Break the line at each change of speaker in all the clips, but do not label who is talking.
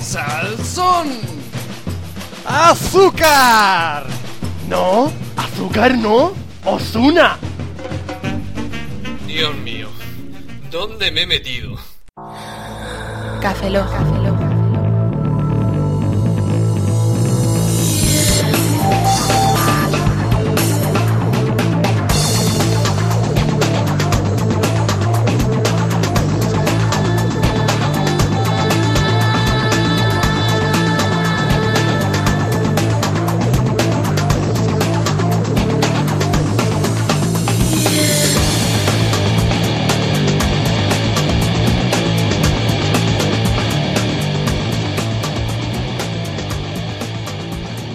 Salsón. Azúcar.
No, azúcar no. Osuna.
Dios mío, ¿dónde me he metido?
Café Lock.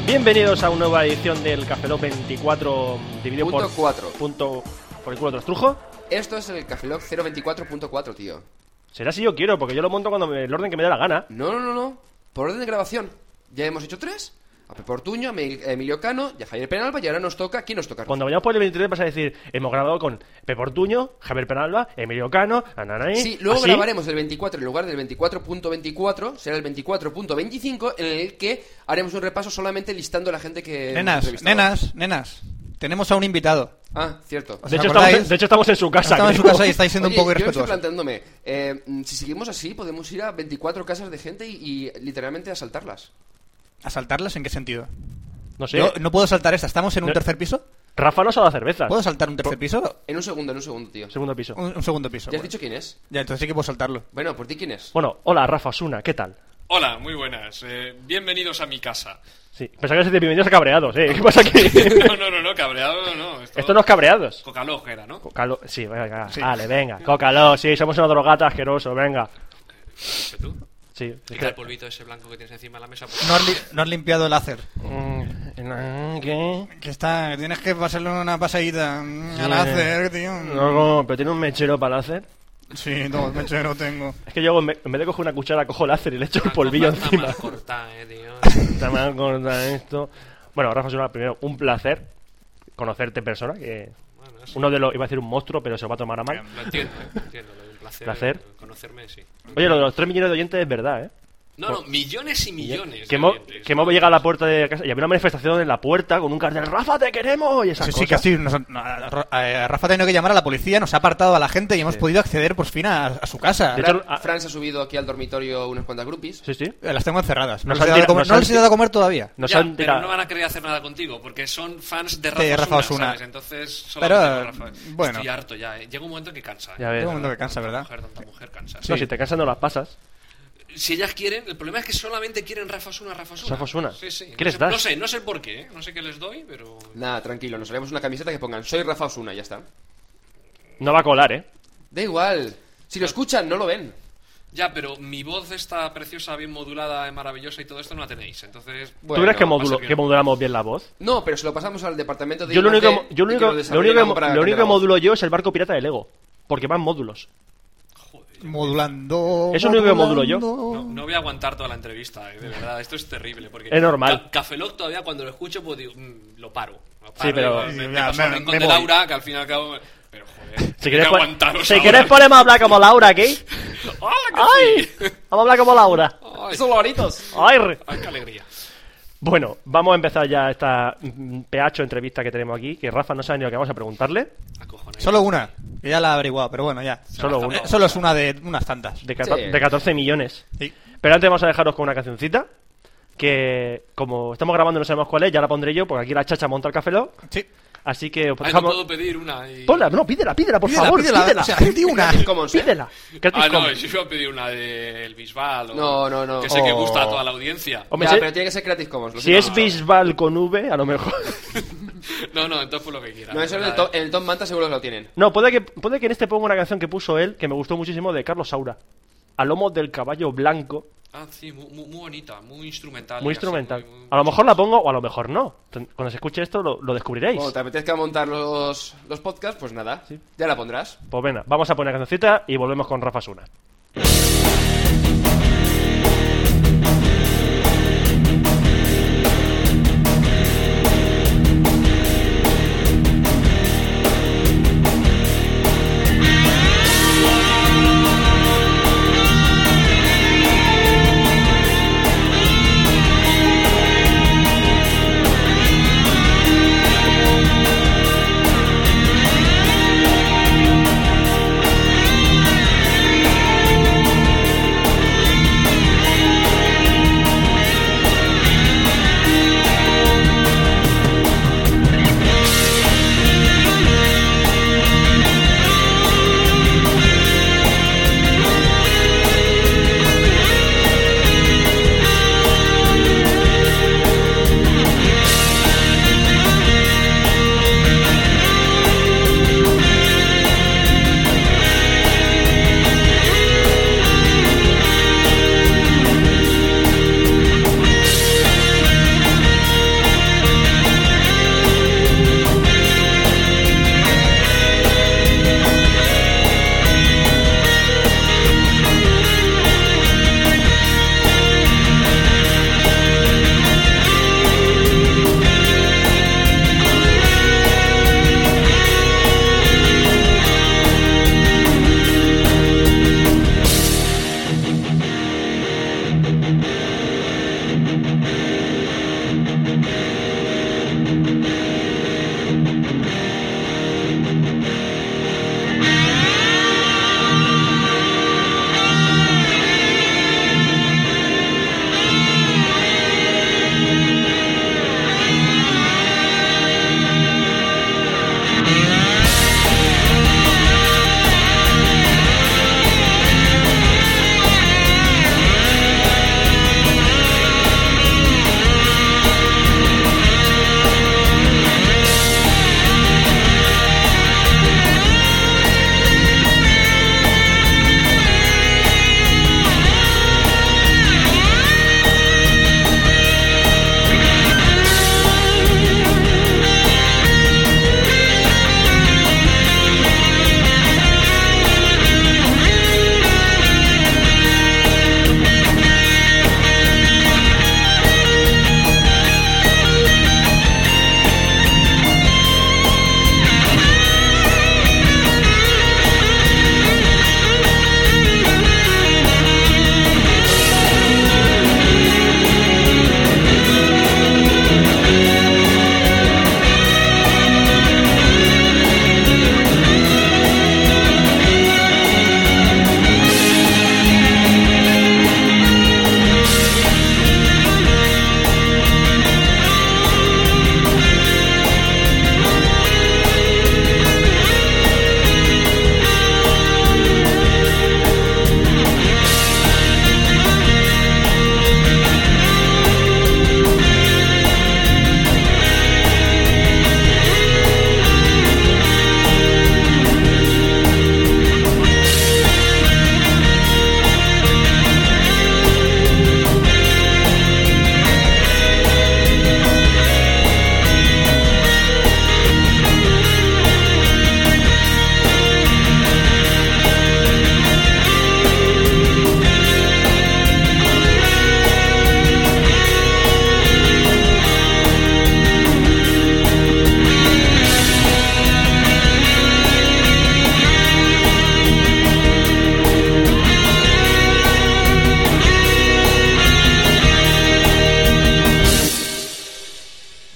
Bienvenidos a una nueva edición del Café Lock 24 dividido
Punto
por
cuatro.
punto por el culo otro estrujo.
Esto es el Café Lock 024.4, tío.
Será si yo quiero, porque yo lo monto cuando me- el orden que me dé la gana.
No, no, no, no. Por orden de grabación. Ya hemos hecho tres. A Pepe Ortuño, a Emil- a Emilio Cano y a Javier Penalba. Y ahora nos toca. ¿Quién nos toca?
Cuando vayamos por el 23 vas a decir, hemos grabado con Pepe Ortuño, Javier Penalba, Emilio Cano, Ananaí.
Sí, luego
así.
grabaremos el 24 en lugar del 24.24, será el 24.25 en el que haremos un repaso solamente listando a la gente que... hemos
Nenas,
entrevistado.
nenas, nenas. Tenemos a un invitado.
Ah, cierto.
¿Os
De hecho,
acordáis?
estamos en, de hecho, estamos en su casa.
Estamos en su
creo.
casa y estáis siendo
Oye,
un poco
yo estoy
irrespetuosos.
planteándome, eh, mm, si seguimos así podemos ir a 24 casas de gente y, y literalmente asaltarlas.
¿Asaltarlas en qué sentido?
No sé.
Yo no Ah. puedo saltar esta. ¿Estamos en un
No.
tercer piso?
Rafa nos ha dado cerveza.
¿Puedo saltar un tercer piso?
En un segundo, en un segundo, tío.
Segundo piso.
Un, un segundo piso.
¿Ya has
bueno.
dicho quién es?
Ya, entonces sí que puedo saltarlo.
Bueno, ¿por ti quién es?
Bueno, hola Rafa Osuna, ¿qué tal?
Hola, muy buenas. eh, bienvenidos a mi casa.
Sí, pensaba que se te bienvenidos a cabreados, ¿eh? ¿Qué pasa aquí?
No, no, no, no cabreado, no. Esto,
Esto no es cabreados.
Cocaló era, ¿no?
Cocalo, sí, venga, vale, venga. Cócalo, sí, somos una drogata asqueroso, venga.
¿Viste tú?
Sí, es
Quita
que-
el polvito ese blanco que tienes encima de la mesa. por
No
favor.
has, li- no has limpiado el láser.
Mm, ¿Qué?
Que está, tienes que pasarle una pasadita mm,
Sí.
al láser, tío.
No, no, pero tiene un mechero para hacer.
Sí, no, meche no tengo.
Es que yo en vez en vez de coger una cuchara, cojo el láser y le echo el
Está
polvillo
mal- Está
encima.
mal cortada, eh, tío.
Está mal corta esto. Bueno, Rafa Osuna, primero, un placer conocerte en persona, que
Bueno, sí,
uno de los, iba a decir un monstruo, pero se lo va a tomar a mal.
lo entiendo, eh, lo entiendo. lo de Un placer,
Placer.
eh, conocerme, sí.
Oye, lo de los 3 millones de oyentes es verdad, ¿eh?
No, no, millones y millones.
Que
de
hemos,
oyentes.
que hemos llegado a la puerta de casa y había una manifestación en la puerta con un cartel Rafa, te queremos y esas
Sí, sí,
cosas.
que así. nos han- no, a Ro- a Rafa ha tenido que llamar a la policía, nos ha apartado a la gente y hemos podido acceder por fin a, a su casa.
De hecho, a-
Fran se ha subido aquí al dormitorio unas cuantas groupies.
sí, sí.
Las tengo encerradas. No
Nos
les he
han
dado de
tira-
comer-
nos
no
han
les he
ti-
dado de comer todavía.
Nos
Ya,
han
pero
tirado.
no van a querer hacer nada contigo porque son fans de Rafa,
De Rafa
Osuna,
Osuna.
¿sabes? Entonces, solo
Pero,
conocen a Rafa.
bueno.
Estoy harto ya, eh. Llega un momento que cansa. eh.
Ya ves.
Todo el mundo que cansa,
Tanta
¿verdad?
Mujer, tanta mujer cansa.
No,
Sí.
si te cansas no las pasas.
Si ellas quieren, el problema es que solamente quieren Rafa Osuna, Rafa Osuna.
Rafa Osuna.
Sí, sí.
¿Qué
no
les
sé,
das?
No sé, no sé por qué, ¿eh? no sé qué les doy, pero.
Nada, tranquilo, nos haremos una camiseta que pongan Soy Rafa Osuna, ya está.
No va a colar, ¿eh?
Da igual. Si lo escuchan, no lo ven.
Ya, pero mi voz está preciosa, bien modulada, eh, maravillosa y todo esto no la tenéis. Entonces.
Bueno,
¿Tú crees que,
va a
modulo-
ser que
que
no.
modulamos bien la voz?
No, pero se lo pasamos al departamento de...
Yo lo
I+D
único, yo lo
y que
único,
nos
lo único,
desarrollen
lo
para
único
cambiar la
que
voz.
modulo yo es el barco pirata del ego. Porque van módulos.
Modulando.
Eso es lo único que modulo yo.
No, no voy a aguantar toda la entrevista, eh, de verdad, esto es terrible. Porque
Es normal.
Ca- Café Lock todavía cuando lo escucho pues, digo, mm, lo paro. Lo paro
Sí, pero-
digo, me, me
Ya,
paso
me-
al rincón
me
de
voy.
Laura, que al fin y al cabo... Pero joder,
Si
hay
quieres,
que
pon-
aguantaros
si
ahora.
quieres ponemos a hablar como Laura aquí.
¡Hola, que
¡Ay!
sí!
Vamos a hablar como Laura.
¡Ay!
Son bonitos.
¡Ay! re-
¡Ay, qué alegría!
Bueno, vamos a empezar ya esta mm, peacho entrevista que tenemos aquí, que Rafa no sabe ni lo que vamos a preguntarle.
Acojonáis.
Solo una, que ya la he averiguado, pero bueno, ya.
Solo uno.
Eh, Solo es una de unas tantas.
De, cator-
Sí.
de 14 millones.
Sí.
Pero antes vamos a dejaros con una cancioncita. Que como estamos grabando y no sabemos cuál es, ya la pondré yo, porque aquí la chacha monta el café Lock,
Sí.
Así que os
Ay, no
dejamos-
puedo pedir una y...
Ponla, no, pídela, pídela, por
Pídela,
favor,
pídela,
pídela.
o sea, di una.
Commons, ¿eh?
Pídela. Gratis
Ah, no,
con-
yo iba a pedir una de El Bisbal o...
No, no, no.
Que sé que
Oh.
gusta a toda la audiencia.
Hombre,
Ya,
si-
pero tiene que ser Creative Commons. lo
si
siento.
es Bisbal con V, a lo mejor.
No, no, entonces fue lo que quieras.
No, eso en el, top, en el top Manta seguro que lo tienen.
No, puede que, puede que en este ponga una canción que puso él, que me gustó muchísimo, de Carlos Saura. Al lomo del caballo blanco.
Ah, sí, muy, muy- muy bonita, muy instrumental.
Muy
y así,
instrumental.
muy- muy-
A lo mejor la pongo o a lo mejor no. Ten- Cuando se escuche esto lo, lo descubriréis.
Cuando te apetezca montar los, los podcasts, pues nada,
Sí.
ya la pondrás.
Pues venga, vamos a poner la cancioncita y volvemos con Rafa Suna.
Thank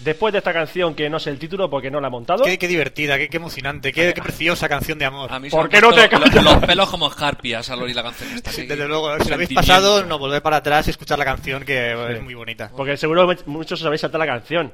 después de esta canción que no sé el título porque no la he montado.
Qué, qué divertida, qué, qué emocionante, qué, qué preciosa canción de amor.
A mí se
¿Por
me
qué
han
no te
puesto lo-
callas?
los, pelos como escarpias al oír la canción esta.
Sí,
Qué
desde luego, si la habéis
sentimiento.
pasado, no pues, volver para atrás y escuchar la canción que es muy bonita.
Porque seguro me- muchos os habéis saltado la canción.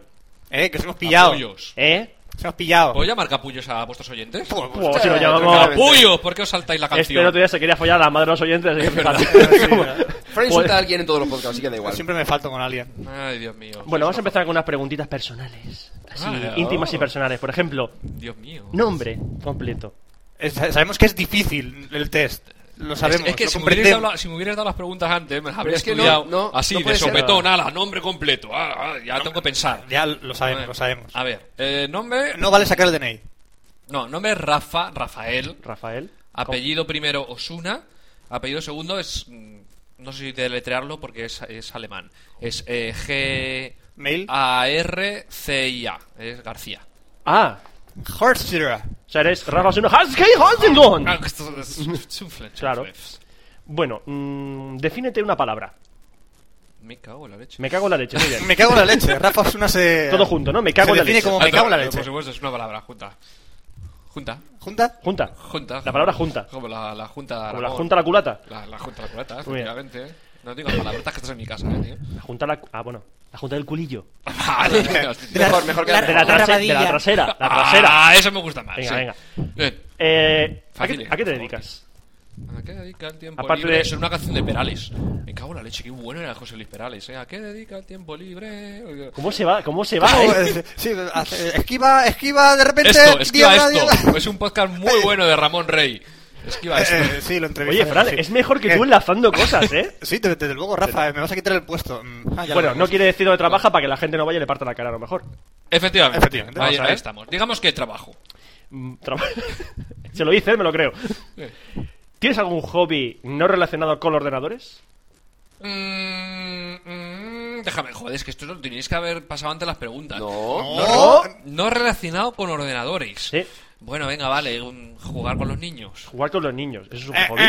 Eh, que os hemos pillado.
Capullos.
¿Eh?
Se hemos pillado.
¿Puedo llamar capullos a vuestros oyentes?
Pues si lo
eh,
llamamos.
claramente.
¡Capullos! ¿Por qué os saltáis la
Este el
canción?
otro día se quería follar a la madre de los oyentes. así que fíjate. Como-
Fran
Pues-
insulta a alguien en todos los podcasts, así que da igual.
Siempre me falto con alguien.
Ay, Dios mío.
Bueno, vamos a empezar con unas preguntitas personales. Así,
Ah,
íntimas
oh.
y personales. Por ejemplo,
Dios mío.
nombre completo.
Eh, sa- Sabemos que es difícil el test. Lo sabemos.
es, es que
lo
si me, hubierais dado,
comprendemos.
la- si me hubierais dado las preguntas antes, me las habría
es que no,
estudiado
no,
así,
no
de
puede ser.
sopetón, ala, nombre completo. Ah, ah, ya tengo que pensar.
Ya lo sabemos, lo sabemos.
A ver, eh, nombre...
No vale sacar el DNI.
No, nombre es Rafa, Rafael.
Rafael.
Apellido primero Osuna. Apellido segundo es. mm, No sé si deletrearlo porque es, es alemán. Es eh, G.
Mail.
A R C I A. Es García.
Ah,
Horstira.
o sea, eres Rafa Osuna. ¡Haskell Hansington!
Ah,
Claro. Bueno, mm, defínete una palabra.
Me cago en la leche.
Me cago en la leche, muy bien.
Me cago en la leche. Rafa Osuna se.
Todo junto, ¿no? Me cago
se
en la
define
leche.
como me
Ah,
cago en la
pero,
leche.
Por supuesto, es una palabra, junta. Junta.
¿Junta?
Junta.
Junta.
La palabra junta.
Como la, la junta de
Como la
Aragón.
junta la culata.
La, la junta de la culata,
Muy bien.
efectivamente. ¿eh? No digas palabrotas que estás en mi casa, eh, tío.
La junta la. Ah, bueno. La junta del culillo.
Vale, hostia.
Mejor, mejor que la,
De la, trase- de la trasera. La trasera.
Ah, eso me gusta más.
Venga,
sí.
venga.
Bien.
Eh, ¿a,
Fácil,
qué,
eh,
a qué te
por favor.
dedicas?
¿A qué dedica el tiempo
Aparte
libre?
de-
Eso es una canción de Perales. Me cago en la leche, qué bueno era José Luis Perales, ¿eh? ¿A qué dedica el tiempo libre?
¿Cómo se va? ¿Cómo se va?
Oh,
eh?
eh, sí, hace- esquiva, esquiva, de repente.
Esto, esquiva
diabla,
esto.
diabla.
Es un podcast muy bueno de Ramón Rey. Esquiva esto.
Eh, eh, sí, lo entrevisté.
Oye, Fran,
sí.
es mejor que tú
Eh,
enlazando cosas, ¿eh?
Sí, desde, desde luego, Rafa, eh, me vas a quitar el puesto. Mm, ah, ya lo
Bueno, no
veremos.
quiere decir dónde trabaja para que la gente no vaya y le parta la cara a lo mejor.
Efectivamente.
Efectivamente,
ahí,
vamos a ver.
ahí estamos. Digamos que trabajo.
Mm, traba- Se lo dice, él, me lo creo.
Eh.
¿Tienes algún hobby no relacionado con los ordenadores?
Mm, mm, déjame, joder, es que esto lo tenéis que haber pasado antes las preguntas.
No.
No, eh,
No relacionado con ordenadores.
Sí.
Bueno, venga, vale. un- Jugar con los niños.
Jugar con los niños, ¿eso es
Eh,
un hobby?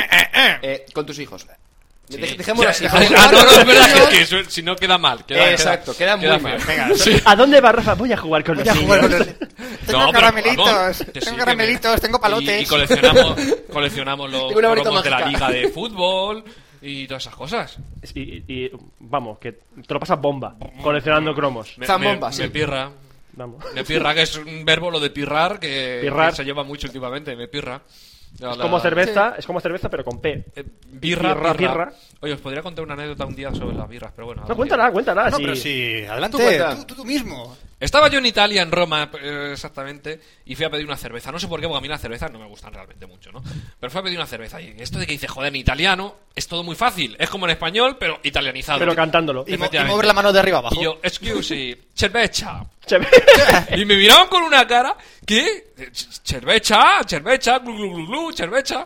Eh, con tus hijos. Dej-
Sí.
Dejémoslo así.
Ah,
dejémoslo
no, no,
así.
es verdad. es que eso- si no queda mal. queda- queda-
Exacto, queda muy
feo.
mal.
Venga,
¿A dónde va Rafa? Voy a jugar con
voy
los
a jugar con
niños.
él. Tengo
No, pero, vamos,
caramelitos,
que sí, que
tengo
me-
caramelitos, tengo
Y,
palotes.
y coleccionamos, coleccionamos los
Tengo una varita
cromos de la
mágica.
liga de fútbol y todas esas cosas.
Y, y- vamos, que te lo pasas bomba, coleccionando cromos.
Me,
Zambomba,
me-
sí.
me pirra.
Vamos.
Me pirra, que es un verbo lo de pirrar, que,
Pirrar.
que se lleva mucho últimamente. Me pirra.
Es como cerveza, es como cerveza, pero con P.
Eh, birra,
Pirra,
pirra,
pirra.
Oye, os podría contar una anécdota un día sobre las birras, pero bueno.
No, cuéntala, cuéntala.
No,
sí.
pero sí,
Tú
adelante,
cuenta.
tú, tú, tú mismo.
Estaba yo en Italia, en Roma, eh, exactamente, y fui a pedir una cerveza. No sé por qué, porque a mí las cervezas no me gustan realmente mucho, ¿no? Pero fui a pedir una cerveza. Y esto de que dice, joder, en italiano es todo muy fácil. Es como en español, pero italianizado.
Pero cantándolo.
Y, mo- y
Efectivamente.
mover la mano de arriba abajo.
Y yo, excuse, cerveza.
Che-
Y me miraban con una cara que... "Ch- Cerveza, cerveza, glu, glu, glu, glu, cerveza.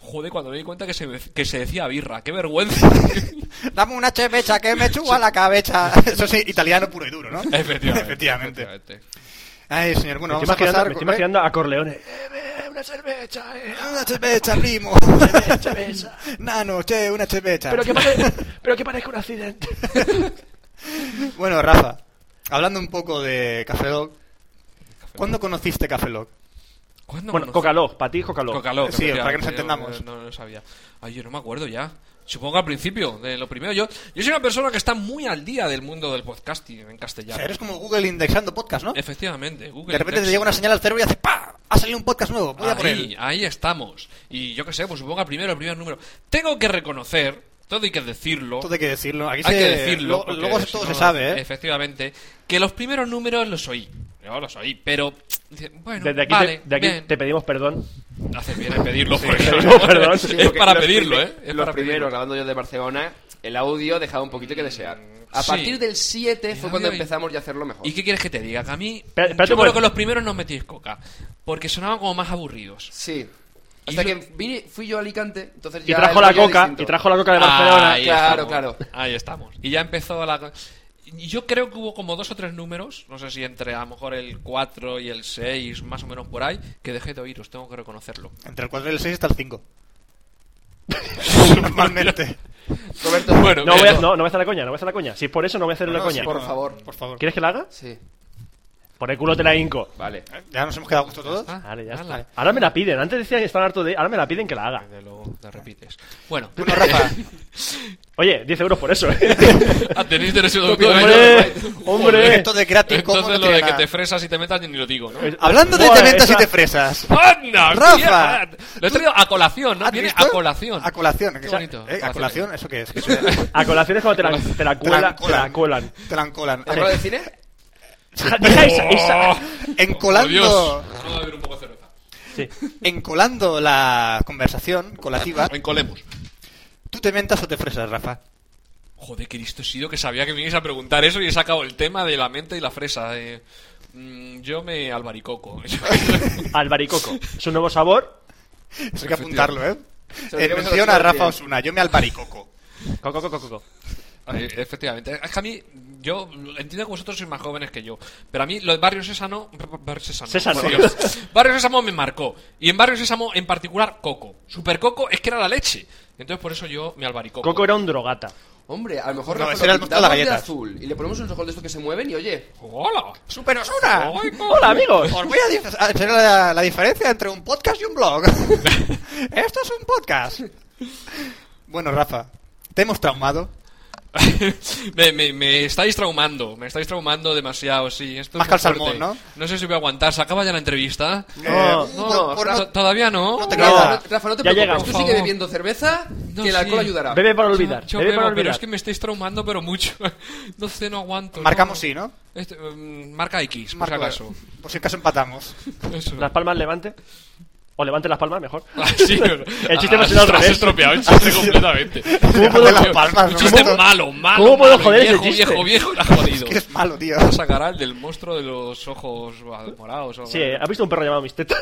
Joder, cuando me di cuenta que se, me- que se decía birra, qué vergüenza.
Dame una chevecha que me chupa la cabeza. Eso sí, italiano puro y duro, ¿no?
efectivamente,
Efectivamente. Ay, señor, bueno,
me estoy
vamos a
imaginando,
pasar...
me estoy
con- Eh,
imaginando a Corleone.
Una chevecha, primo. Nano, che, una chevecha.
Pero que, pare- pero que parezca un accidente.
Bueno, Rafa, hablando un poco de Café Lock, ¿cuándo conociste Café Lock?
¿Cuándo
Bueno,
conocí-
Cocaló, para ti, Cocaló.
Cocaló,
Sí,
efectivamente,
para que nos
yo,
entendamos.
eh, No, no sabía. Ay, yo no me acuerdo ya. Supongo que al principio, de lo primero. Yo, yo soy una persona que está muy al día del mundo del podcasting en
O
castellano.
sea, eres como Google indexando podcast, ¿no?
Efectivamente, Google.
De repente te
Index. Ah,
llega una señal al cerebro y hace ¡pa! Ha salido un podcast nuevo, voy a por
Ahí,
él.
ahí estamos. Y yo qué sé, pues supongo el primero, el primer número. Tengo que reconocer, todo hay que decirlo.
Todo hay que decirlo. Aquí
hay
se-
que decirlo.
Luego,
porque
luego
si
todo
no,
se sabe, ¿eh?
Efectivamente. Que los primeros números los oí. Yo los oí, pero. dice, Bueno,
Desde aquí,
vale,
te, de aquí
bien.
te pedimos perdón.
Haces bien en pedirlo. porque-
pedimos perdón. Sí,
es
porque
para
los
pedirlo,
prime-
¿eh? Es
los
para
primeros,
pedirlo.
grabando yo de Barcelona, el audio dejaba un poquito que desear. A
sí.
partir del 7
El
fue cuando
audio y-
empezamos ya a hacerlo mejor.
¿Y qué quieres que te diga? Que a mí.
Espera- espérate
yo
un
creo
momento.
que los primeros nos metíais coca. Porque sonaban como más aburridos.
Sí.
Y
Hasta
lo-
que vine- fui yo a Alicante, entonces
Y
ya
trajo
el
la
rollo
coca,
distinto.
y trajo la coca de Barcelona.
Ah,
Ahí
claro,
estamos.
claro.
Ahí estamos. Y ya empezó la. y Yo creo que hubo como dos o tres números, no sé si entre a lo mejor el 4 y el 6, más o menos por ahí, que dejé de oíros, tengo que reconocerlo.
Entre el 4 y el 6 está el 5. Normalmente.
Roberto,
Bueno,
No voy,
bien.
a, no, no voy a hacer la coña, no voy a hacer la coña. Si es por eso, no voy a hacer una
No,
coña.
sí,
por favor.
Por favor.
¿Quieres que la haga?
Sí.
Por el culo te la inco.
Eh,
Vale.
¿Ya nos hemos quedado justo todos?
Ah.
Vale, ya
Ala.
está. Ahora me la piden. Antes decía que estaban harto de. Ahora me la piden que la haga.
De luego la repites. Bueno,
Bueno, Rafa,
Oye, 10 euros por eso, ¿eh?
ah, tenéis derecho de ¿eh?
Copyright,
¡Hombre! ¡Hombre!
esto de gratis, ¿cómo no
Entonces lo
tiene
de que
nada?
te fresas y te metas ni lo digo,
Pues,
¿no?
Hablando de
Buah,
te metas y
esa-
te fresas.
¡Anda!
Rafa,
mierda! Lo he traído a colación, ¿no?
¿Has
Viene
visto?
a colación.
A colación.
Qué bonito.
Eh, ¿A
Colación.
colación? ¿Eso qué es? ¿Qué es?
A colaciones cuando te la, te la
Te la
cuela- te la colan.
Te la encolan.
¿Te acuerdas de cine?
Deja esa- esa-
¡Oh, Dios!
Encolando,
Vamos a beber un poco de cerveza.
Sí.
encolando la conversación colativa,
Encolemos.
¿tú te mentas o te fresas, Rafa?
Joder, Cristo, he sido que sabía que me ibas a preguntar eso y he sacado el tema de la mente y la fresa. eh. Mm, yo me albaricoco.
Albaricoco. Es un nuevo sabor.
Eso hay que apuntarlo, ¿eh?
Se lo diremos a
Eh,
los
menciona a
chicos
Rafa
bien.
Osuna, yo me albaricoco.
Coco, coco, coco.
Eh, Efectivamente. Es que a mí, yo entiendo que vosotros sois más jóvenes que yo, pero a mí lo de Barrio Sésamo... Barrio Sésamo.
Sésamo.
por Dios. Barrio Sésamo me marcó. Y en Barrio Sésamo, en particular, Coco. Super Coco es que era la leche. Entonces por eso yo me albaricoco.
Coco era un drogata.
Hombre, a lo mejor
No,
Rafa
ese
lo
era el mosto de
pintamos
las galletas.
azul y le ponemos unos ojos de estos que se mueven y oye,
¡Hola!
¡Super Osuna!
Ay, Coco.
¡Hola, amigos!
Os voy a dif- a hacer la, la diferencia entre un podcast y un blog. Esto es un podcast. Bueno, Rafa, te hemos traumado.
me, me- me estáis traumando, me estáis traumando demasiado, sí. Esto
Más
es
que
muy
al salmón,
fuerte.
¿no?
No sé si voy a aguantar. ¿Se acaba ya la entrevista?
No,
Eh,
no,
por- por
Rafa-
To- ¿Todavía no?
No te
Rafa,
queda.
no, Rafa, no
Ya
te preocupes,
llegamos.
tú
Por
sigue
favor.
bebiendo cerveza
No,
que el alcohol
sí.
ayudará.
Bebe para olvidar.
Yo
Bebe
bebo,
para
pero
olvidar.
es que me estáis traumando, pero mucho. No sé, no aguanto.
Marcamos sí, ¿no?
Este, mm, marca X, por si
Marco,
acaso.
Por si acaso empatamos.
Eso.
Las palmas levante. O levante las palmas, mejor.
Ah, sí.
El chiste
Ah,
me ha sido al
ostras,
revés. Ah,
he estropeado el chiste completamente.
puedo- Las palmas,
Un
¿no?
chiste
¿Cómo-
malo, malo.
cómo puedo
malo,
joder ese
viejo,
chiste?
Viejo, viejo, la ha jodido.
Que es malo, tío.
Sacará el del monstruo de los ojos morados. o-
Sí, eh. ¿has visto un perro llamado Misteta?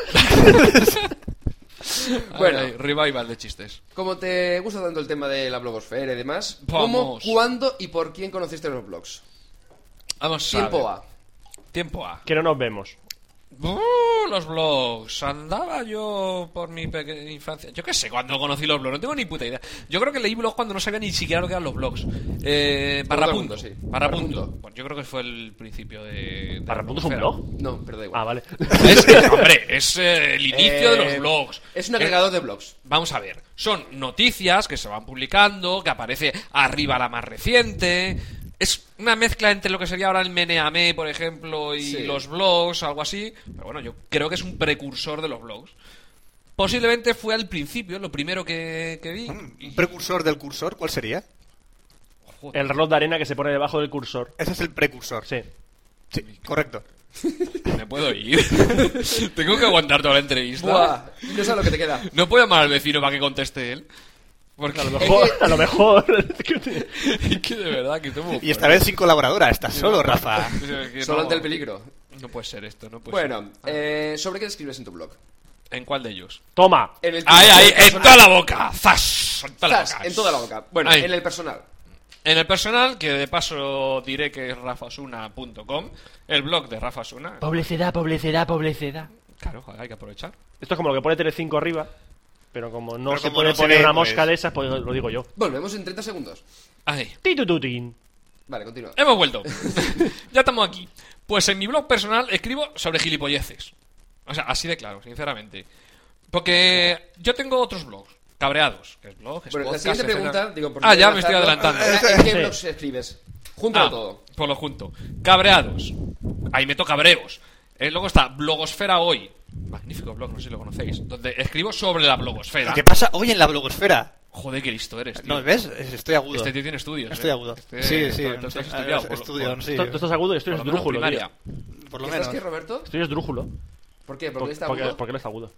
Bueno.
Bueno, revival de chistes.
Como te gusta tanto el tema de la blogosfera y demás,
Vamos.
¿cómo, cuándo y por quién conociste los blogs?
Vamos a
Tiempo
ver.
A.
Tiempo A.
que no nos vemos.
Uh, los blogs. Andaba yo por mi pequeña infancia. Yo qué sé, cuando conocí los blogs. No tengo ni puta idea. Yo creo que leí blogs cuando no sabía ni siquiera lo que eran los blogs. Eh,
Como todo el
Barrapunto.
mundo, sí.
Barrapunto.
Barrapunto.
Bueno, yo creo que fue el principio de. de
¿Barrapunto es un
la
blog?
No, pero da igual.
Ah, vale.
blogosfera. Es- hombre, es eh, el inicio de
Eh,
los blogs.
Es un
Eh,
agregador de blogs.
Vamos a ver, son noticias que se van publicando, que aparece arriba la más reciente. Es una mezcla entre lo que sería ahora el Meneame, por ejemplo, y
Sí.
los blogs, algo así. Pero bueno, yo creo que es un precursor de los blogs. Posiblemente fue al principio, lo primero que, que vi.
Mm,
¿Un precursor del cursor? ¿Cuál sería?
Joder,
El reloj de arena que se pone debajo del cursor.
Ese es el precursor.
Sí.
Sí, correcto.
me puedo ir. Tengo que aguantar toda la entrevista.
Buah, no sabes lo que te queda.
No puedo llamar al vecino para que conteste él. Porque
A lo mejor. A lo mejor.
es que de verdad que tomo.
Y esta vez sin colaboradora, estás solo, Rafa.
Solo ante el peligro.
No puede ser esto, no puede ser.
Bueno, eh, ¿sobre qué escribes en tu blog?
¿En cuál de ellos?
Toma.
En el
Ahí, ahí, en
personal.
toda la boca. ¡Zas! En toda la
Zas,
boca.
en toda la boca. Bueno,
Ahí.
en el personal.
En el personal, que de paso diré que es rafasuna.com, el blog de Rafa Asuna.
Poblecedad, poblecedad, poblecedad.
Claro, joder, hay que aprovechar.
Esto es como lo que pone Telecinco arriba. Pero como no
Pero
se
como
puede
no se
poner
ve,
una
pues.
mosca de esas, pues lo digo yo.
Volvemos en 30 segundos.
Ahí.
Titututin.
Vale, continúa.
Hemos vuelto. ya estamos aquí. Pues en mi blog personal escribo sobre gilipolleces. O sea, así de claro, sinceramente. Porque yo tengo otros blogs. Cabreados. Que es blog, es
Bueno, la
podcast,
siguiente
etcétera.
pregunta, digo, por
Ah,
no
ya me estoy
adelantarlo,
adelantando.
era ¿En qué
Sí.
blogs escribes? Junto
Ah,
a todo.
Por lo junto. Cabreados. Ahí meto cabreos. Eh, luego está Blogosfera Hoy. Magnífico blog, no sé si lo conocéis. Donde escribo sobre la blogosfera.
Lo que pasa hoy en la blogosfera.
Joder, qué listo eres, tío.
¿No ves? Estoy agudo.
Este tío tiene estudios.
Estoy
eh.
agudo.
Este-
Sí, sí.
esto- esto has
sí,
estudiado,
eh,
por lo-
estudio,
por-
sí.
Tú, tú estás agudo y estoy
por lo menos
esdrújulo, tío.
primaria.
Por lo
¿Estás
menos.
qué, Roberto?
Estoy esdrújulo.
¿Por qué? ¿Por qué
Porque,
está
porque,
agudo?
porque no está agudo.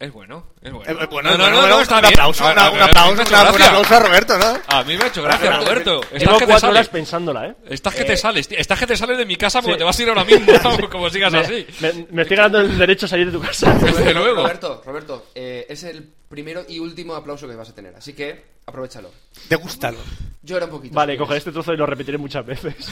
Es bueno, es bueno.
Eh, bueno, bueno, bueno, un aplauso,
A- a-
una- un
a- a mí me ha
aplauso,
hecho
una- un
gracia.
aplauso a Roberto, ¿no?
eh, A mí me ha hecho gracia,
Gracias,
Roberto.
Llevo
Estás que te
cuatro horas
sales.
pensándola, ¿eh.
Estás que
Eh,
te sales, tío. Estás que te sales de mi casa porque
Sí.
te vas a ir ahora mismo, como sigas
Me-
así.
Me, me estoy ganando el derecho a salir de tu casa.
Desde luego.
Roberto, Roberto, eh, es el primero y último aplauso que vas a tener, así que aprovechalo.
Degústalo.
Llora un poquito.
Vale,
si quieres,
cogeré este trozo y lo repetiré muchas veces.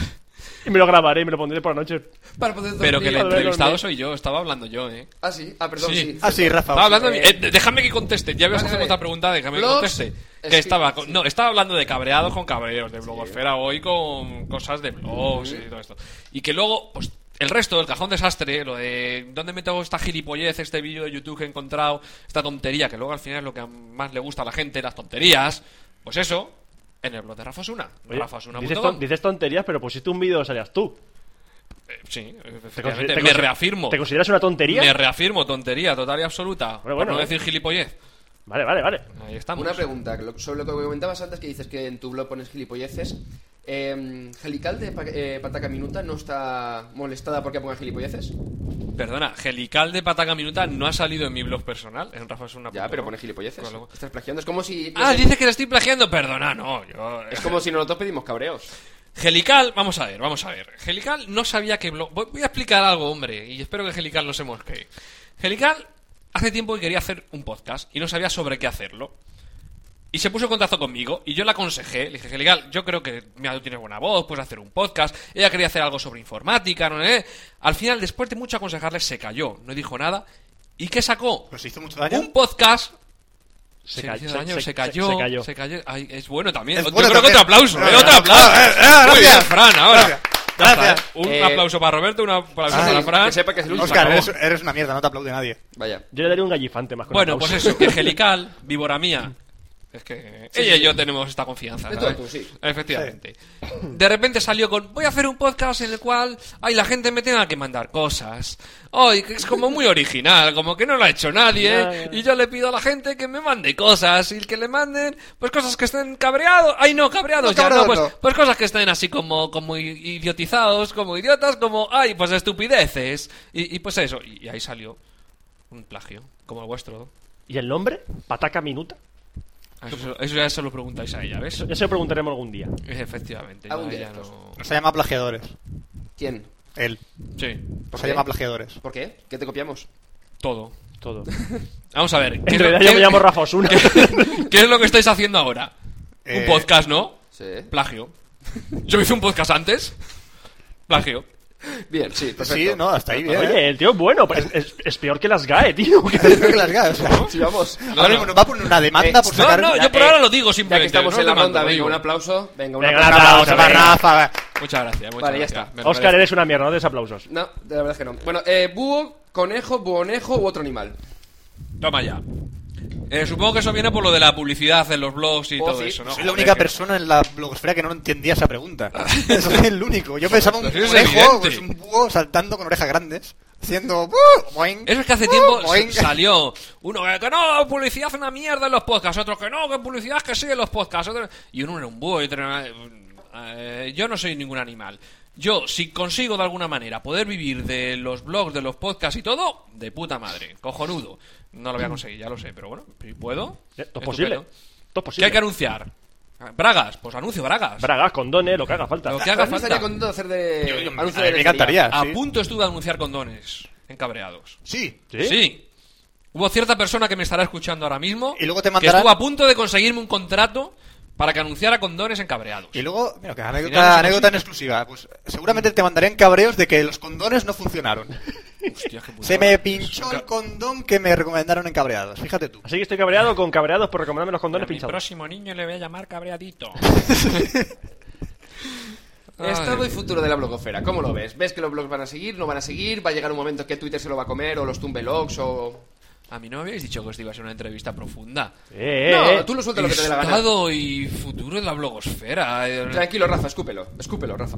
Y me lo grabaré y me lo pondré por la noche.
Para poder dormir.
Pero que el
Volver a dormir.
entrevistado soy yo, estaba hablando yo, eh.
Ah, sí. Ah, perdón,
Sí.
sí.
Ah, sí, Rafa.
Estaba hablando de mí.
eh,
Eh, déjame que conteste. Ya habías
vale,
hecho
vale.
otra pregunta, déjame
Blogs,
que conteste.
es
Que
que-
estaba, con-
sí.
no, estaba hablando de cabreados con cabreos, de blogosfera hoy con cosas de blogs y todo esto. Y que luego, pues El resto, el cajón desastre, lo de dónde meto esta gilipollez, este vídeo de YouTube que he encontrado, esta tontería, que luego al final es lo que más le gusta a la gente, las tonterías, pues eso, en el blog de Rafa Osuna.
Oye,
Rafa Osuna.
dices, ton- dices tonterías, pero pusiste un vídeo donde salías tú.
Eh, sí,
¿Te
efectivamente,
consi- te
me
consi-
reafirmo.
¿Te consideras una tontería?
Me reafirmo, tontería total y absoluta.
Pero bueno,
por no
eh.
decir gilipollez.
Vale, vale, vale.
Ahí estamos.
Una pregunta lo- sobre lo que comentabas antes que dices que en tu blog pones gilipolleces. Eh, Gelical de Pa- eh, Pataca Minuta no está molestada porque ponga gilipolleces.
Perdona, Gelical de Pataca Minuta no ha salido en mi blog personal, en Rafa Osuna.
Ya, pero pone gilipolleces.
Con lo-
Estás plagiando. Es como si. no
Ah,
sé,
dices que le estoy plagiando. Perdona, no. Yo... eh,
Es como si nosotros pedimos cabreos.
Gelical, vamos a ver, vamos a ver. Gelical no sabía que blog. Voy voy a explicar algo, hombre, y espero que Gelical no se mosquee. Gelical hace tiempo que quería hacer un podcast y no sabía sobre qué hacerlo. Y se puso en contacto conmigo y yo la aconsejé. Le dije, Gelical, yo creo que mira, tú tienes buena voz, puedes hacer un podcast. Ella quería hacer algo sobre informática, no sé. Al final, después de mucho aconsejarle, se calló, no dijo nada. ¿Y qué sacó?
¿Nos hizo mucho daño?
Un podcast.
Se
Se,
cayó,
hizo
se-
daño,
se-
se cayó,
se cayó.
se cayó. Ay, es bueno también.
Es
Yo
bueno
creo que
también.
otro aplauso, ¿eh?
Eh,
Otro
eh,
aplauso.
eh, eh,
Muy
gracias.
bien, Fran, ahora.
Gracias.
Ya está,
Gracias.
¿eh? Un
Eh,
aplauso para Roberto, un aplauso
Ah,
para Fran.
que sepa que es el último.
Se
Oscar,
acabó.
eres, eres una mierda, no te aplaude nadie.
Vaya.
Yo le daría un gallifante más con
Bueno, pues
aplauso.
eso, que Gelical, víbora mía. Es que ella y yo tenemos esta confianza.
De
¿sabes?
todo, sí.
Efectivamente. De repente salió con, voy a hacer un podcast en el cual, ay, la gente me tenga que mandar cosas. Ay, que es como muy original, como que no lo ha hecho nadie.
Ya,
¿eh?
ya.
Y yo le pido a la gente que me mande cosas y que le manden, pues cosas que estén cabreados. Ay, no, cabreados
No,
ya,
cabreados
no, pues,
no.
pues cosas que estén así como, como i- idiotizados, como idiotas, como, ay, pues estupideces. Y, y pues eso, y, y ahí salió un plagio, como el vuestro.
¿Y el nombre? ¿Pataca Minuta?
Ah, Eso, eso ya se lo preguntáis a ella, ¿ves?
Eso, eso lo preguntaremos algún día.
Efectivamente.
Algún
ya-
día
ya
de estos.
no-
Nos ha llamado plagiadores.
¿Quién?
Él.
Sí,
Nos
¿Qué?
ha llamado plagiadores.
¿Por qué? ¿Qué te copiamos?
todo.
Todo.
Vamos a ver.
En
¿qué es lo-
realidad yo
qué-
me llamo Rafa Osuna.
¿Qué es lo que estáis haciendo ahora?
Eh,
Un podcast, ¿no?
Sí.
Plagio. Yo hice un podcast antes. Plagio.
Bien, sí, perfecto.
Pues Sí, no, hasta ahí bien. ¿eh?
Oye, el tío es bueno. pero Es, es- es peor que las GAE, tío.
Creo que las ganas, o sea,
Sí, vamos. Ya
ahora
no.
mismo nos va a poner una demanda
Eh,
por
no,
No,
sacar...
no, yo por
eh,
ahora lo digo simplemente.
que estamos
no
en la
demando,
ronda, venga,
digo.
un aplauso. Venga, un
Venga,
Un
aplauso.
aplauso
eh.
para
venga.
Rafa. va.
Muchas gracias. muchas
Vale, ya
gracias.
está.
Me
Oscar,
parece.
eres una mierda, no des aplausos. Eh,
No, de la verdad es que no. Bueno, eh, búho, conejo, buonejo u otro animal.
Toma ya. Eh, supongo que eso viene por lo de la publicidad en los blogs y
Oh,
todo
sí.
eso, ¿no?
Soy la
Joder,
única
que-
persona en la blogosfera que no entendía esa pregunta. Soy el único. Yo pensaba un
Pero eso es
conejo,
evidente.
pues, un búho saltando con orejas grandes, haciendo... "Buh, boing,
Eso es que hace
buh,
tiempo sa-
boing".
salió uno que, que no, publicidad es una mierda en los podcasts, otro que no, que publicidad es que sí en los podcasts, otro- y uno era un búho y otro era- eh, yo no soy ningún animal. Yo, si consigo de alguna manera poder vivir de los blogs, de los podcasts y todo, de puta madre, cojonudo. No lo voy a conseguir, ya lo sé, pero bueno, si puedo.
Eh, Todo es posible.
estupendo.
Todo es
¿Qué
posible.
hay que anunciar? Bragas, pues anuncio Bragas.
Bragas, condones, lo que haga falta.
Lo que haga
Ahora me
falta.
estaría contento de hacer de.
Yo- yo-
anuncio de
a mí me
lencería.
encantaría.
A
sí.
punto estuve de anunciar condones en cabreados.
Sí.
¿Sí?
Sí. Hubo cierta persona que me estará escuchando ahora mismo.
Y luego te mandará-
Que estuvo a punto de conseguirme un contrato para que anunciara condones en cabreados.
Y luego, mira, que
Al final
anécdota,
es
anécdota en exclusiva. Pues seguramente te mandarían cabreos de que los condones no funcionaron.
Hostia, qué putada.
Se me pinchó el condón que me recomendaron en cabreados. Fíjate tú.
Así que estoy cabreado con cabreados por recomendarme los
A mi
condones pinchados.
próximo niño le voy a llamar cabreadito. Ay.
Estado y futuro de la blogosfera. ¿Cómo lo ves? ¿Ves que los blogs van a seguir? ¿No van a seguir? ¿Va a llegar un momento que Twitter se lo va a comer? ¿O los tumbelogs? ¿O.?
A mí no me habéis dicho que os iba a ser una entrevista profunda.
Eh, eh,
No, tú lo sueltas lo que te dé la gana.
Estado y futuro de la blogosfera.
Mm.
Eh,
Tranquilo, Rafa, escúpelo. Escúpelo, Rafa.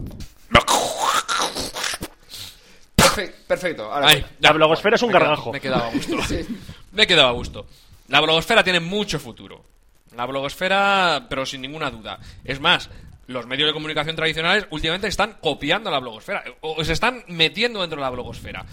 Perfe- perfecto, ahora
Ay,
voy.
La blogosfera es un
me he quedado-
gargajo.
Me he quedado a gusto.
Sí.
Me he quedado a gusto. La blogosfera tiene mucho futuro. La blogosfera, pero sin ninguna duda. Es más, los medios de comunicación tradicionales últimamente están copiando la blogosfera. eh, O o se están metiendo dentro de la blogosfera.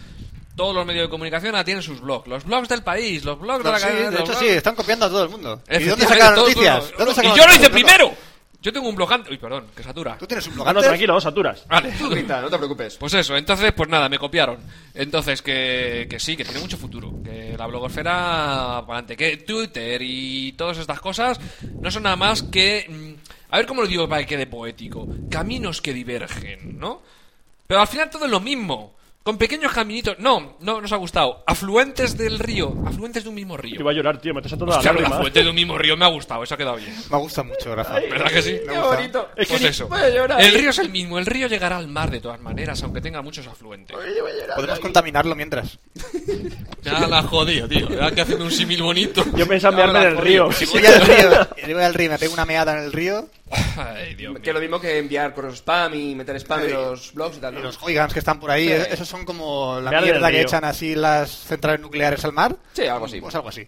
Todos los medios de comunicación ahora tienen sus blogs. Los blogs del país, los blogs de la
Sí, de
cadena, los
hecho,
blogs-
sí, están copiando a todo el mundo. ¿Y dónde
Efectivamente,
sacan las
todos-
noticias?
todos-
¿Dónde sacan
y
las
yo lo hice
noticias?
primero. Yo tengo un blog antes. Uy, perdón, que satura.
¿Tú tienes un blog
Ah, no,
antes?
tranquilo, saturas.
Vale.
Tú grita, no te preocupes.
Pues eso, entonces, pues nada, me copiaron. Entonces, que, que sí, que tiene mucho futuro. Que la blogosfera, para adelante. Que Twitter y todas estas cosas no son nada más que. mm, A ver cómo lo digo para que quede poético. Caminos que divergen, ¿no? Pero al final todo es lo mismo. Con pequeños caminitos. No, no nos ha gustado. Afluentes del río. Afluentes de un mismo
Te
río.
iba a llorar, tío, me estás saltando la
Hostia, los
lágrima.
afluentes de un mismo río me ha gustado. Eso ha quedado bien.
Me gusta mucho, Rafa.
¿Verdad que sí?
Me
Qué
gusta.
bonito.
Es que
Pues
ni-
eso.
voy a llorar.
El río es el mismo. El río llegará al mar de todas maneras, aunque tenga muchos afluentes.
Podemos contaminarlo mientras.
Ya la jodido, tío. Ya que haciendo un símil bonito.
Yo pensaba
Ya me
mearme
la
en el
jodido.
río.
Si
Yo
voy
voy al
a-
río, yo voy al río, me pego una meada en el río.
Ay, Dios mío.
Que lo mismo que enviar correos spam y meter spam en los blogs y tal.
Y
¿no?
los hooligans que están por ahí,
Sí.
eh, esos son como la
Meada en el
mierda que
río.
echan así las centrales nucleares al mar.
Sí, algo así.
Pues algo así.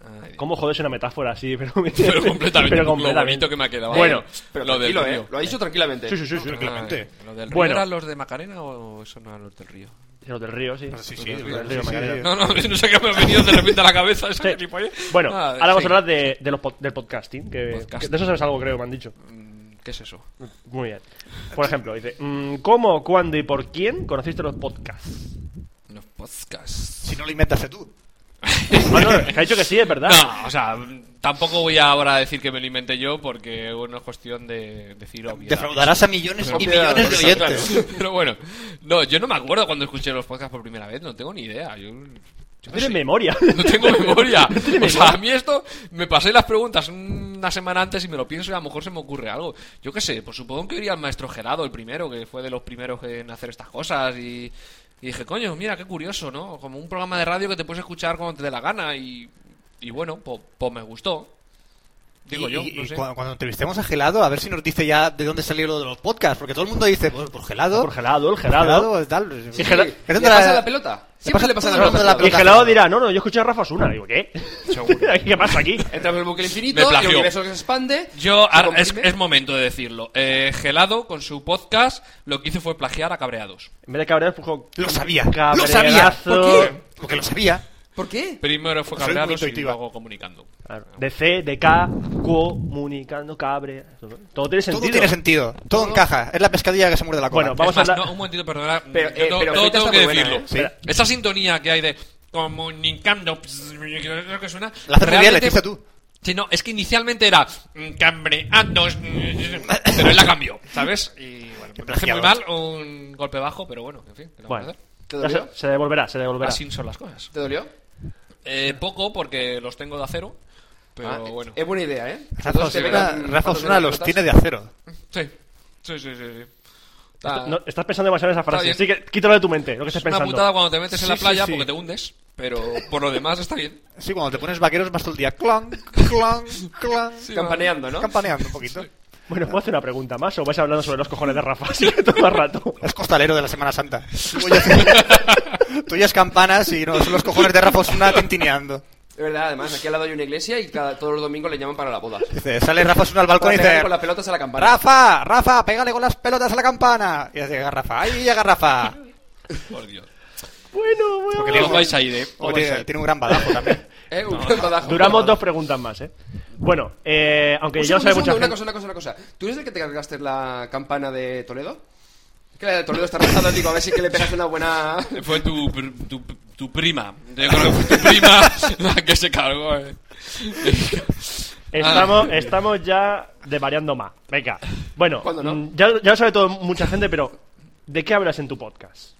Ay, Dios.
¿Cómo jodes una metáfora así? Pero, me-
Pero completamente.
pero
Lo
completamente.
bonito que me ha quedado.
Bueno,
Pero
lo del
tranquilo, ¿eh?
río.
Lo ha dicho tranquilamente.
sí, sí, sí. sí.
Tranquilamente.
Ay, ¿Lo del río
Bueno.
eran los de Macarena o eso no eran los del río?
Los del río, sí.
Sí,
Los del
sí,
Pues río,
sí,
Macarena.
sí.
No, no, no sé qué me ha venido de repente a la cabeza esa
Sí.
gilipollez.
Bueno,
Ah,
ahora vamos
sí.
a hablar de, de los pod- del podcasting, que,
Podcasting.
que de eso sabes algo, creo, me han dicho.
Mm, ¿Qué es eso?
Muy bien. Por ejemplo, dice, mm, ¿cómo, cuándo y por quién conociste los podcasts?
Los podcasts.
Si no lo inventaste tú.
Ah, no, que ha dicho que sí, es verdad.
No, o sea, tampoco voy a ahora decir que me lo inventé yo porque bueno, es cuestión de decir obviedad.
Defraudarás a millones y millones de oyentes.
Pero bueno, no, yo no me acuerdo cuando escuché los podcasts por primera vez, no tengo ni idea. Yo, yo
No
no
Tienes
sé.
memoria.
No tengo memoria.
tiene
O sea,
memoria.
a mí esto me pasé las preguntas una semana antes y me lo pienso y a lo mejor se me ocurre algo. Yo qué sé, pues supongo que iría al maestro Gerado, el primero, que fue de los primeros en hacer estas cosas y, y dije, coño, mira, qué curioso, ¿no? Como un programa de radio que te puedes escuchar cuando te dé la gana y, y bueno, pues me gustó. Digo
Y-
yo,
y-
no
y
sé.
cuando, cuando entrevistemos a Gelado, a ver si nos dice ya de dónde salió lo de los podcasts. Porque todo el mundo dice, pues por Gelado.
Por gelado, el gelado.
Gelado, tal. pues,
Sí,
Sí.
Gela-
¿Le pasa la pelota? Siempre le pasa la pelota.
la
Y el
pelota.
gelado dirá, no, no, yo escuché a Rafa Osuna. Digo, ¿qué?
Seguro.
¿Qué pasa aquí?
Entra por el bucle
Me
infinito, el
plagió.
universo se expande.
Yo,
se
ahora, es,
comprime.
es momento de decirlo. Eh, Gelado, con su podcast, lo que hizo fue plagiar a cabreados.
En vez de cabrear, pues, pujo...
Lo sabía. Lo
Cabreazo.
sabía. Porque lo sabía.
¿Por qué?
Primero fue
Soy muy
cabreados y
intuitiva.
luego comunicando.
Claro. De C, de K, comunicando, cabre... Todo, todo tiene sentido.
Todo tiene sentido. Todo encaja. Es la pescadilla que se muerde la cola.
Bueno, vamos
Es más,
a hablar-
no, un momentito, perdona.
Pero,
yo
eh,
no-
pero
todo
Feta
tengo
está
que
muy buena,
decirlo.
¿eh?
Esa sintonía que hay de comunicando, pss, creo que suena.
La haces muy bien, la
realmente-
hiciste tú.
Sí, no, es que inicialmente era mm, cambreados, mm, pero él la cambió, ¿sabes? Y bueno, me parece muy mal, un golpe bajo, pero bueno, en fin, ¿qué le vamos a
Bueno,
hacer?
¿Te
ya
dolió?
se, se devolverá, se devolverá.
Así son las cosas.
¿Te dolió?
Eh, poco, porque los tengo de acero, pero
Ah,
bueno.
Es buena idea, ¿eh?
Rafa
Entonces te
Osuna-
pegan
Rafa
patos en
Osuna
las
los
pelotas.
tiene de acero.
Sí, sí, sí, sí. sí. Está-
No, estás pensando demasiado en esa frase.
Ah. Está
Así
bien.
que quítalo de tu mente, lo que estés
es una
pensando.
putada cuando te metes en
Sí,
la
sí,
playa
sí.
porque te hundes, pero por lo demás está bien.
Sí, cuando te pones vaqueros vas todo el día clon, clon, clon.
Campaneando, ¿no?
Campaneando un poquito.
Bueno, ¿puedo hacer una pregunta más o vais hablando sobre los cojones de Rafa así que todo el rato?
Es costalero de la Semana Santa. Tú oyes- Tú oyes campanas y no, son los cojones de Rafa Osuna tintineando.
De verdad, además, aquí al lado hay una iglesia y cada, todos los domingos le llaman para la boda.
Dice, sale Rafa Osuna al balcón
Para
y
pegar
dice...
con las pelotas a la campana.
Rafa, Rafa, pégale con las pelotas a la campana. Y llega Rafa, ahí llega Rafa.
Por Dios.
Bueno, bueno.
Porque
Os vais a ir, ¿eh?
O
Os vais a
tiene,
ir.
tiene un gran badajo también.
Eh, un gran badajo.
Duramos dos preguntas más, ¿eh? Bueno, eh, aunque
Un
ya lo
segundo,
sabe
un
mucha
segundo,
gente.
Una cosa, una cosa, una cosa. ¿Tú eres el que te cargaste la campana de Toledo? Es que la de Toledo está rajada, digo, a ver si que le pegas una buena...
Fue tu, pr- tu, tu prima. Yo creo que fue tu prima la que se cargó. eh. Ah.
Estamos, estamos ya devariando más. Venga. Bueno,
¿Cuándo no?
mm, ya, ya lo sabe todo, mucha gente, pero ¿de qué hablas en tu podcast?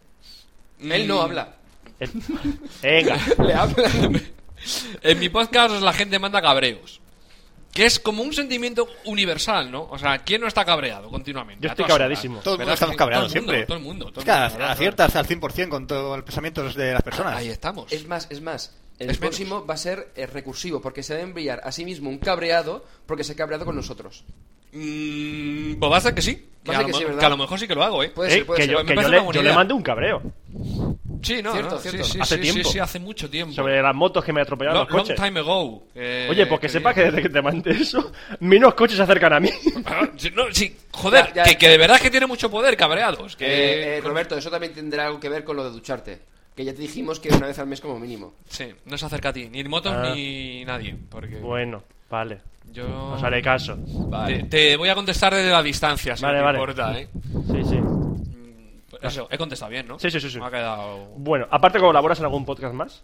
Mm.
Él no habla.
Eh, Venga.
Le habla.
En mi podcast la gente manda cabreos. Que es como un sentimiento universal, ¿no? O sea, ¿quién no está cabreado continuamente?
Yo
A
estoy
todas
cabreadísimo.
horas?
Todo el mundo
¿Verdad?
estamos cabreados
Todo el mundo,
siempre.
Todo el mundo. todo
Es que
el mundo,
ac-
¿verdad?
aciertas al 100% con todos los pensamientos de las personas.
Ahí estamos.
Es más, es más. El
Es menos.
próximo va a ser eh, recursivo, porque se va a enviar a sí mismo un cabreado porque se ha cabreado con nosotros.
Mm, pues va a ser que sí.
Va a ser
que,
que
lo
sí,
mo-
¿verdad?
que a lo mejor sí que lo hago, ¿eh?
Puede
Pues,
Eh,
ser, puede
que
ser.
yo,
Me
que yo
parece una
le,
buena
yo le
idea.
mandé un cabreo
Sí, no,
Cierto,
no, sí,
cierto.
Sí,
Hace
sí,
tiempo.
Sí, sí, hace mucho tiempo.
sobre las motos que me atropellaron
Lo-
los
long
coches.
time ago. eh,
Oye, pues que sepas que
bien.
desde que te mandé eso, menos coches se acercan a mí.
Ah, sí, no, sí, joder,
Ya, ya,
que,
ya.
que de verdad es que tiene mucho poder, cabreados. Que,
Eh, eh, Roberto, eso también tendrá algo que ver con lo de ducharte. Que ya te dijimos que una vez al mes como mínimo.
Sí, no se acerca a ti, ni motos
Ah.
ni nadie. Porque
Bueno, vale.
yo.
Os haré caso.
Te, te voy a contestar desde la distancia, si
Vale,
no te
vale.
importa, ¿eh?
Sí, sí.
Pues Eso, he contestado bien, ¿no?
Sí, sí, sí, sí.
Me ha quedado.
Bueno, aparte colaboras en algún podcast más.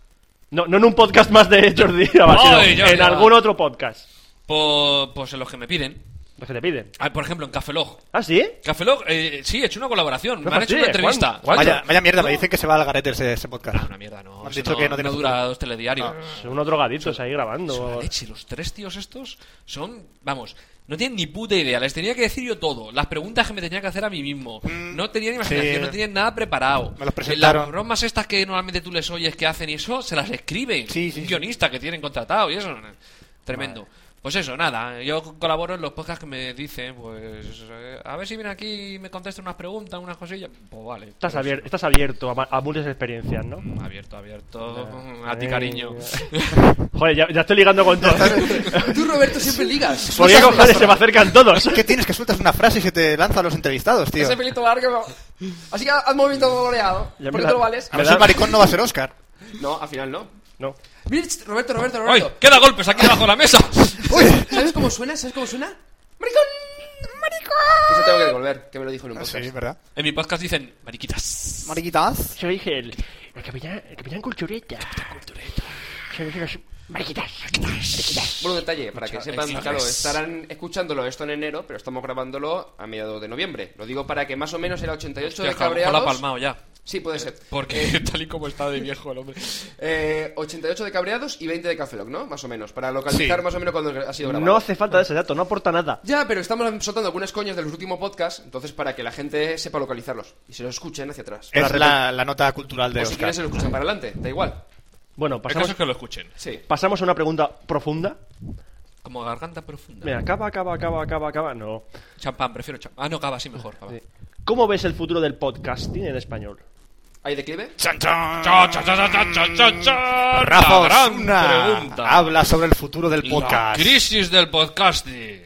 No, no en un podcast más de Jordi Abad, sino
Ay, Jordi
en algún
Abad.
otro podcast.
Po- pues en los que me piden.
Los que te piden.
Ah, por ejemplo, en Cafelog.
¿Ah, sí?
Cafelog, eh, sí, he hecho una colaboración.
No
me han hecho una
fastidies, Juan.
entrevista.
Juan,
Vaya, vaya mierda, me dicen que se va al garete ese, ese podcast.
Ah, Una mierda, no.
Me han
eso
dicho
no,
que no tiene
no dura
futuro. Ah.
dos telediarios.
Son unos drogaditos ahí grabando.
La leche, los tres tíos estos son, vamos, no tienen ni puta idea. Les tenía que decir yo todo. Las preguntas que me tenía que hacer a mí mismo. No tenían imaginación,
Mm, sí.
no tenían nada preparado.
Me los
Eh,
presentaron.
Las bromas estas que normalmente tú les oyes que hacen y eso, se las escriben.
Sí, sí,
Un
sí.
guionista que tienen contratado y eso. Tremendo. Pues eso, nada, yo colaboro en los podcasts que me dicen, pues eh, a ver si viene aquí y me contesta unas preguntas, unas cosillas. Pues vale.
Estás,
Pero sí,
abier- estás abierto a, ma- a múltiples experiencias, ¿no?
Abierto, abierto.
Eh,
A ti,
eh,
cariño.
Joder, ya, ya estoy ligando con todos.
Tú, Roberto, siempre ligas.
¿Por qué cojones se me acercan todos?
¿Qué tienes Pues que sueltas una frase y se te lanza a los entrevistados, tío?
Ese pelito largo. Así que haz movimiento boleado.
Ya me
¿Por qué
da-
te lo vales?
me
A ver
da-
si el maricón no va a ser Oscar.
No, al final no.
No.
Mira, ch, Roberto, Roberto,
¡Ay!
Roberto.
¡Queda golpes aquí debajo de la mesa!
¿Sabes cómo suena? ¿Sabes cómo suena? ¡Maricón! ¡Maricón! Eso tengo que devolver, que me lo dijo en un
Ah,
podcast.
Sí, ¿verdad?
En mi podcast dicen mariquitas.
Mariquitas.
Yo dije el, el capitán, el capitán Cultureta. Yo dije los mariquitas.
Bueno, detalle, para que
Muchas
sepan,
gracias.
claro, estarán escuchándolo esto en enero, pero estamos grabándolo a mediados de noviembre. Lo digo para que más o menos el 88 de
Hostia, a lo mejor la ha
cabreados. Eh.
palmado ya.
Sí, puede ser.
Porque tal y como está de viejo el hombre.
Eh, 88 de cabreados y 20 de Cafeloc, ¿no? Más o menos. Para localizar
Sí.
más o menos cuando ha sido grabado.
No hace falta de ese dato, no aporta nada.
Ya, pero estamos soltando algunas coñas de los últimos podcasts, entonces para que la gente sepa localizarlos y se los escuchen hacia atrás.
Es la, la nota cultural
Pues
de
O si
Oscar.
quieren se los escuchan para adelante, da igual.
Bueno,
El caso
pasamos,
es que lo escuchen.
Sí.
pasamos a una pregunta profunda.
Como garganta profunda.
Mira, cava, cava, cava, cava, cava. No.
Champán, prefiero champán. Ah, no, cava, sí, mejor. Cava.
Sí. ¿Cómo ves el futuro del podcasting en español?
¿Hay declive?
¡Chan, chan!
Cha, cha, cha, cha, cha, cha, cha, cha.
Rafa
La gran
Osuna
pregunta.
habla sobre el futuro del
La
podcast.
crisis del podcasting.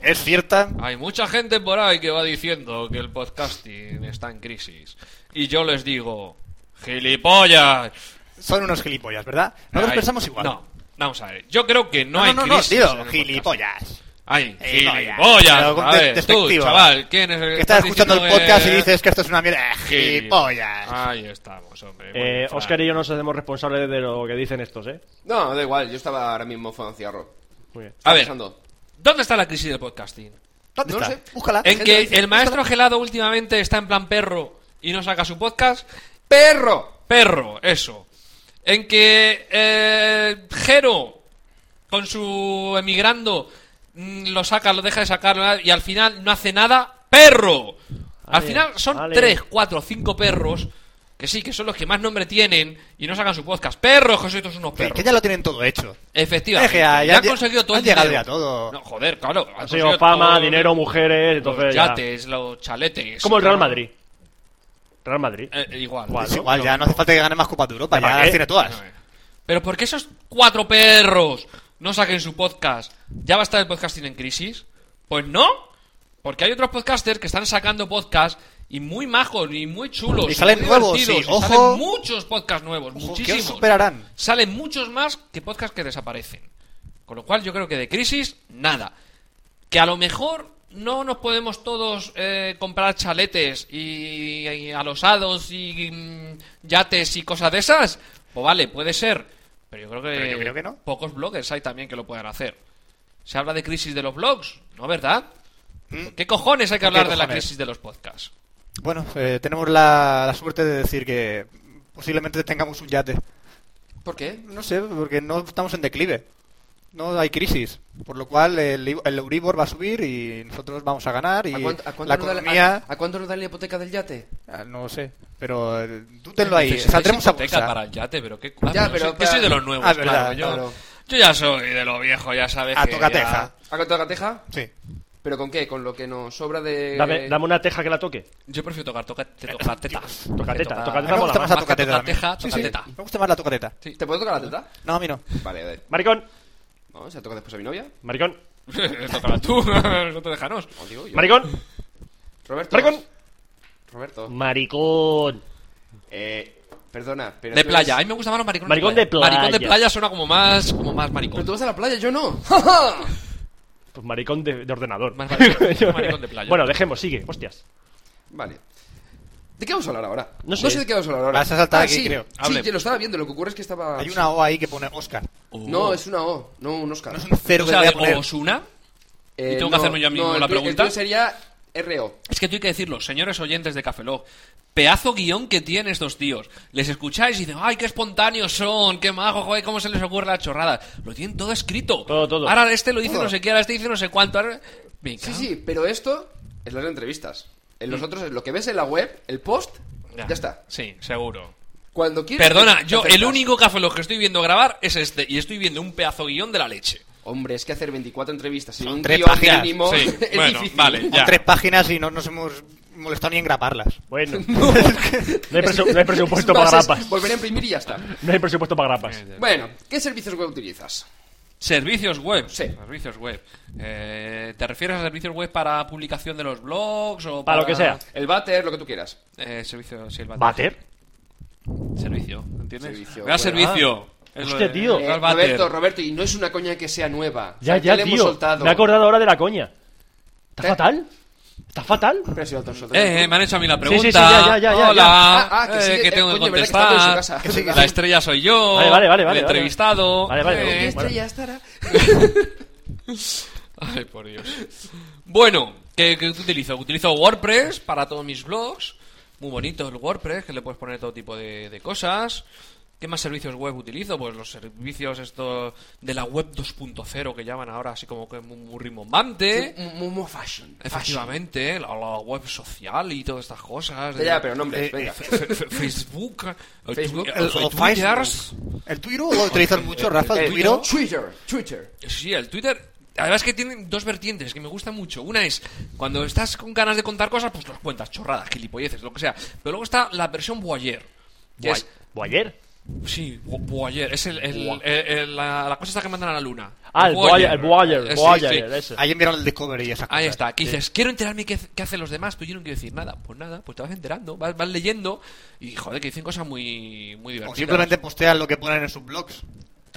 ¿Es cierta?
Hay mucha gente por ahí que va diciendo que el podcasting está en crisis. Y yo les digo, gilipollas.
Son unos gilipollas, ¿verdad? Nosotros
Ay,
pensamos igual.
No, vamos a ver. Yo creo que no,
no,
hay
no, no,
crisis.
dilo,
en el podcast.
gilipollas.
Ay,
Gilipollas.
gilipollas.
Pero con
A
de-
ver, tú,
despectivo.
chaval, ¿quién es el
Que estás escuchando el
diciendo
podcast y
que- Ah,
dices que esto es una mierda. Eh,
Gil-
¡Gilipollas!
Ahí estamos, hombre. Muy
Eh,
bien, Fran.
Oscar y yo no nos hacemos responsables de lo que dicen estos, ¿eh?
No, da igual, yo estaba ahora mismo fanciarro.
Muy bien.
A ver.
Pensando,
¿Dónde está la crisis del podcasting?
¿Dónde
no lo
está?
sé.
Búscala.
En
gente
que
dice,
el maestro gelado últimamente está en plan perro y no saca su podcast.
¡Perro!
Perro, eso. En que eh, Jero, con su emigrando, mm, lo saca, lo deja de sacar ¿verdad? y al final no hace nada. ¡Perro! Al
Ale,
final son
ale.
tres, cuatro, cinco perros que sí, que son los que más nombre tienen y no sacan su podcast. ¡Perros! Que sois todos unos
Que,
perros.
que ya lo tienen todo hecho.
Efectivamente.
Es que ya-
Ya,
ya
han
lle-
conseguido todo
han
el
llegado
dinero.
ya todo.
No, joder, claro.
Han sido fama, dinero, mujeres, entonces
los
ya.
yates, los chaletes.
Como el Real Madrid. Real Madrid.
Eh, igual.
Igual,
Es igual, ya no hace falta que gane más Copas de Europa,
¿Para
ya
qué?
las tiene todas.
Pero ¿por qué esos cuatro perros no saquen su podcast? ¿Ya va a estar el podcasting en crisis? Pues no. Porque hay otros podcasters que están sacando podcasts y muy majos y muy chulos.
Y salen
muy
nuevos, sí,
divertidos, y
ojo.
Salen muchos podcasts nuevos.
Ojo, que
muchísimos.
os superarán.
Salen muchos más que podcasts que desaparecen. Con lo cual yo creo que de crisis, nada. Que a lo mejor no nos podemos todos eh, comprar chaletes y, y alosados y mm, yates y cosas de esas. Pues vale, puede ser. Pero yo creo que,
Pero yo creo que no.
pocos bloggers hay también que lo puedan hacer. Se habla de crisis de los blogs, ¿no verdad? ¿Qué cojones hay que
¿Qué
hablar de la
cojones?
crisis de los podcasts?
Bueno, eh, tenemos la, la suerte de decir que posiblemente tengamos un yate.
¿Por qué?
No sé, porque no estamos en declive. No hay crisis. Por lo cual el, I- el Euribor va a subir y nosotros vamos a ganar. Y
¿A cuánto, a cuánto
la
nos da la-
economía.
a- ¿A cuánto nos da la hipoteca del yate?
Ah, No sé. Pero eh, tú tenlo ahí.
Necesitáis
Saldremos a
hipoteca
bolsa.
para el yate, pero qué cu-
Ya,
Ah, bueno,
pero
soy- yo
para-
soy de los nuevos,
Ah, verdad, Ah,
claro, yo,
claro.
yo ya soy de lo viejo, ya sabes
A
que ya-
tocateja.
¿A cuánto Gateja?
Sí.
¿Pero con qué? ¿Con lo que nos sobra de...?
Dame, dame una teja que la toque.
Yo prefiero tocar toca, te toca teta.
Tocateta,
Te toca-
A mí
tocateta mola
me gusta
más.
más la
Más que
tocateta. también.
tocateta,
Sí, sí.
tocateta.
Me gusta más la tocateta.
¿Te puedo tocar la teta?
No, a mí no.
Vale, a ver.
Maricón,
No, se la toca después a mi novia.
maricón,
Tócala tú, no te dejanos.
No digo yo.
maricón,
Roberto.
maricón,
Roberto.
maricón.
Eh, perdona, pero...
De
tú
playa, ¿eh? a
eres-
mí me gustan más los maricones
Maricón de playa.
Maricón de playa suena como más, como más
Pero tú
maricón.
vas a la playa, yo no.
Pues maricón de, de ordenador.
Más maricón, más maricón de playa.
Bueno, dejemos, sigue, hostias.
Vale. ¿De qué vamos a hablar ahora?
No sé.
de qué vamos a hablar ahora.
Vas a saltar
Ah,
aquí,
sí,
creo.
Sí,
Hable.
que lo estaba viendo. Lo que ocurre es que estaba...
Hay una O ahí que pone Oscar.
No, es una O, no un Oscar.
No es un cero
O
que
sea,
le voy a
de
poner.
Osuna,
Eh,
¿Y tengo que hacerme yo mismo
el
la
tuyo- el
pregunta?
tuyo sería RO.
Es que tú hay que decirlo, señores oyentes de Cafelog. Pedazo guión que tienen estos tíos. Les escucháis y dicen, ¡ay, qué espontáneos son! ¡Qué majo, joder! ¿Cómo se les ocurre la chorrada? Lo tienen todo escrito.
Todo, todo.
Ahora este lo dice
Todo.
no sé qué, ahora este dice no sé cuánto. ahora- Me
Sí,
cago-
sí, pero esto es las entrevistas. En
Mm.
los otros es lo que ves en la web, el post, ya, está.
Sí, seguro.
Cuando quieres.
Perdona,
te-
yo
te acercas.
el único Cafelog que estoy viendo grabar es este. Y estoy viendo un pedazo guión de la leche.
Hombre, es que hacer 24 entrevistas sin un
tres
guión
páginas,
mínimo
sí,
es
bueno,
difícil.
vale, ya.
Son tres páginas y no nos hemos molestado ni en grabarlas.
Bueno, no, hay presu- no hay presupuesto para
Bases,
grapas.
Volver a imprimir y ya está.
No hay presupuesto para grapas.
Bueno, ¿qué servicios web utilizas?
Servicios web.
Sí.
Servicios web. Eh, ¿Te refieres a servicios web para publicación de los blogs
Para
o para,
lo que sea.
El váter, lo que tú quieras.
Eh, servicio, sí, el váter.
¿Bater?
Servicio, ¿entiendes?
Servicio, bueno.
Real servicio. Es lo
Ah. Hostia,
de-
tío.
Real
Eh,
váter.
Roberto, Roberto, y no es una coña que sea nueva.
Ya,
O sea,
ya,
le hemos
tío.
soltado.
Me he acordado ahora de la coña. ¿Está
¿Qué?
fatal? ¿Está fatal?
Pero si lo otro- otro-
Eh, eh, me han hecho a mí la
Sí,
pregunta.
sí, sí, ya, ya, ya, ya.
Hola.
Ah, ah, que
eh,
sigue- eh,
tengo que
coño, verdad que
contestar.
está todo en su casa. Que sigue,
la
sigue.
estrella soy yo.
Vale, vale, vale, vale,
El entrevistado.
vale, vale.
Eh,
Estrella
Bueno.
este estará.
Ay, por Dios. Bueno, ¿qué, qué utilizo? Utilizo WordPress para todos mis blogs. Muy bonito el WordPress, que le puedes poner todo tipo de, de cosas. ¿Qué más servicios web utilizo? Pues los servicios estos de la web 2.0 que llaman ahora así como que muy, muy rimbombante.
Momo Fashion.
¿Eh? Efectivamente, ¿eh? la, la web social y todas estas cosas.
Fashion. Ya, pero nombres,
Eh,
venga.
Fe- fe- Facebook, eh,
Facebook,
Twi-
El,
eh,
o
Twitter.
Facebook. el Twitter lo utilizas mucho, Rafa, el
Eh,
Twitter.
Twitter, Twitter.
Sí, el Twitter. Además que tienen dos vertientes que me gustan mucho. Una es cuando estás con ganas de contar cosas, pues las cuentas, chorradas, gilipolleces, lo que sea. Pero luego está la versión voyeur. Que es,
¿Boyer?
sí, vo- voyeur. Es el, el-
Buah.
el- el- la, la cosa esta que mandan a la luna.
Ah, el Boyer, el Boyer,
Eh, sí, sí.
Boyer, ese.
Ahí enviaron el Discovery y esas cosas.
Ahí está, que dices, quiero enterarme qué, qué hacen los demás, pero yo no quiero decir nada. Pues nada, pues te vas enterando, vas, vas leyendo y joder, que dicen cosas muy, muy
O
divertidas.
simplemente postean lo que ponen en sus blogs.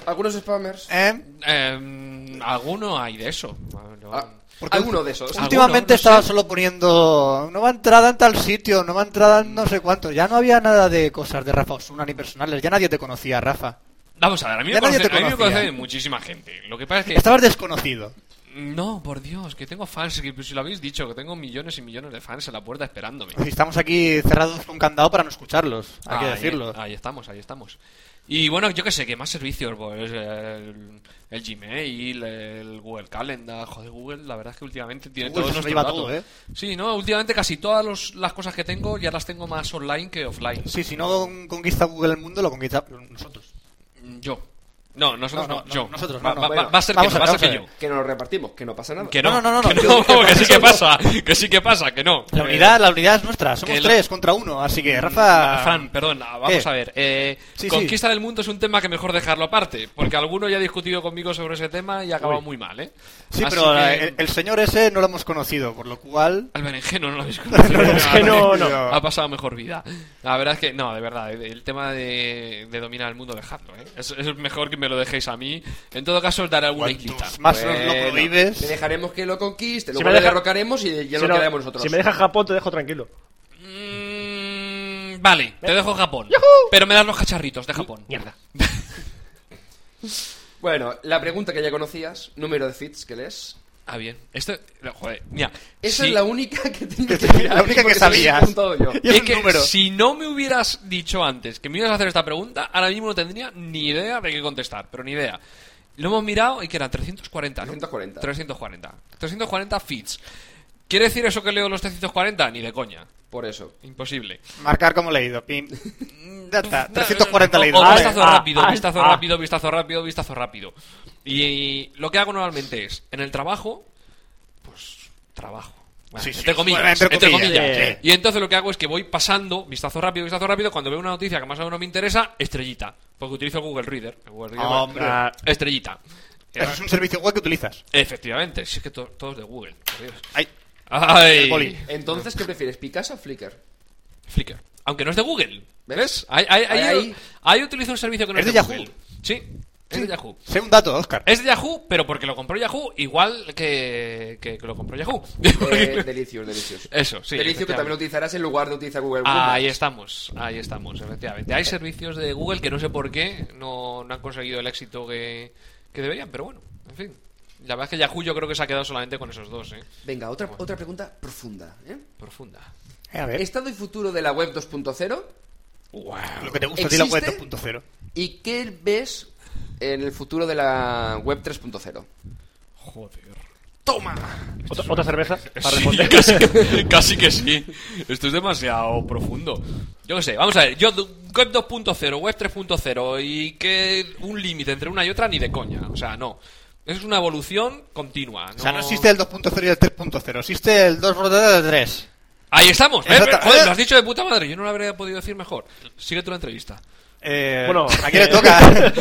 Algunos spammers.
¿Eh?
Eh, alguno hay de eso. Bueno,
Ah,
Porque
alguno de esos.
Alguno,
Últimamente
no
estaba
sé.
solo poniendo nueva entrada en tal sitio, nueva entrada en no sé cuánto. Ya no había nada de cosas de Rafa Osuna ni personales. Ya nadie te conocía, Rafa.
Vamos a ver, a mí, me
Ya nadie
conoce,
te
a mí me
conocía.
conoce muchísima gente. Lo que pasa es que.
Estabas desconocido.
No, por Dios, que tengo fans, que si lo habéis dicho, que tengo millones y millones de fans en la puerta esperándome.
Y Estamos aquí cerrados con candado para no escucharlos. Hay que
Ahí-
decirlo.
Ahí, estamos, ahí estamos. Y bueno, yo que sé, que más servicios, pues el, el Gmail, el Google Calendar, joder, Google, la verdad es que últimamente tiene
Google
todo
se lo
nuestro
lleva
dato.
todo, ¿eh?
Sí, no, últimamente casi todas los- las cosas que tengo ya las tengo más online que offline.
Sí, si no conquista Google el mundo, lo conquista nosotros.
Yo. No, nosotros
No,
no,
no, no,
yo.
nosotros no,
va,
no,
va-
bueno.
va a ser que,
Vamos
no,
a
va
ver,
a ser que yo.
vamos
Que nos lo repartimos, que no pasa nada.
Que no,
No, no, no, no,
que
yo
no,
digo que
que sí que
pasa.
pasa, que sí que pasa, que no.
La
Eh,
unidad, la unidad es nuestra. Somos
que Mm, la-
tres contra uno. Así que, Rafa.
Fran, perdón, vamos
Ah. ¿Qué?
a ver. eh,
Sí, sí.
conquista del mundo es un tema que mejor dejarlo aparte, porque alguno ya ha discutido conmigo sobre ese tema y ha acabado muy mal, ¿eh?
Sí,
Así
pero eh,
que-
el, el señor ese no lo hemos conocido, por lo cual.
Al berenjeno no lo habéis conocido.
No, es que
no, no.
Ha pasado mejor vida. La verdad es que, no, de verdad, el- el tema de, de dominar el mundo, dejadlo, ¿eh? Es, es mejor que me lo dejéis a mí. En todo caso, os daré alguna islita.
Cuantos más
Bueno,
lo prohíbes.
Pues, Le dejaremos que lo
Si
conquiste, luego
me
le
deja-
derrocaremos y ya
Si
lo
no-
quedaremos nosotros.
Si me dejas Japón, te dejo tranquilo.
Mm, vale, te dejo Japón. Pero me das los cacharritos de Japón.
Mierda.
Bueno, la pregunta que ya conocías, número de fits que lees.
Ah, bien. Esto, joder, mira.
Esa
si-
es la única que tengo que mirar
la
porque te
única que
lo he
sabías.
apuntado yo.
Y es
Es
un
que
número.
si no me hubieras dicho antes que me ibas a hacer esta pregunta, ahora mismo no tendría ni idea de qué contestar, pero ni idea. Lo hemos mirado y que eran 340, ¿no?
340.
340. 340 feeds. ¿Quiere decir eso que leo los 340? Ni de coña.
Por eso.
Imposible.
Marcar como leído. Pim. Ya está.
No,
340
no, no,
leído.
o
Ah,
Vale.
vistazo
ah,
rápido,
ah,
vistazo
ah.
rápido, vistazo rápido, vistazo rápido. Y, lo que hago normalmente es, en el trabajo, pues trabajo. Bueno,
Sí, sí,
entre comillas,
bueno, entre
entre
comillas,
comillas.
sí.
Y entonces lo que hago es que voy pasando, vistazo rápido, vistazo rápido, cuando veo una noticia que más o menos me interesa, estrellita. Porque utilizo Google Reader. el Google Reader,
Hombre.
Ah,
Estrellita.
Eso es un servicio web que utilizas.
Efectivamente, sí que to- todos de Google. por Dios.
Ay,
Ay,
El boli.
Entonces, ¿qué prefieres, Picasa o Flickr?
Flickr. Aunque no es de Google.
¿Ves?
¿Ves? Ahí, ahí- ahí-
Ahí-
ahí utilizo un servicio que no
Es
es,
de Yahoo.
Google. Sí, es de Yahoo.
sé un dato, Oscar.
Es de Yahoo, pero porque lo compró Yahoo, igual que, que, que lo compró Yahoo.
Eh, delicios, delicios.
Eso,
Delicio
sí.
que
efectivamente.
también lo utilizarás en lugar de utilizar Google Bullmarks.
Ahí estamos, ahí estamos, efectivamente. Hay servicios de Google que no sé por qué no, no han conseguido el éxito que, que deberían, pero bueno, en fin. La verdad es que Yacuyo creo que se ha quedado solamente con esos dos, ¿eh?
Venga, otra, otra pregunta profunda. ¿eh?
Profunda.
Eh, a ver,
Estado y futuro de la web 2.0
lo que te gusta a ti la web
¿existe?
2.0.
y qué ves en el futuro de la web 3.0.
Joder. ¡Toma!
Otra, otra cerveza para
Sí,
responder.
casi, casi que sí. Esto es demasiado profundo. Yo qué sé, vamos a ver. Yo, du- web 2.0, web 3.0 y que un límite entre una y otra ni de coña. O sea, no. Es una evolución continua.
O sea, no existe el 2.0 y el 3.0, existe el 2 rodado de 3.
Ahí estamos. ¿eh?
Exacto.
Joder, lo has dicho de puta madre. Yo no lo habría podido decir mejor. Sigue tú la entrevista.
Eh,
Bueno,
¿a quién le
eh,
toca?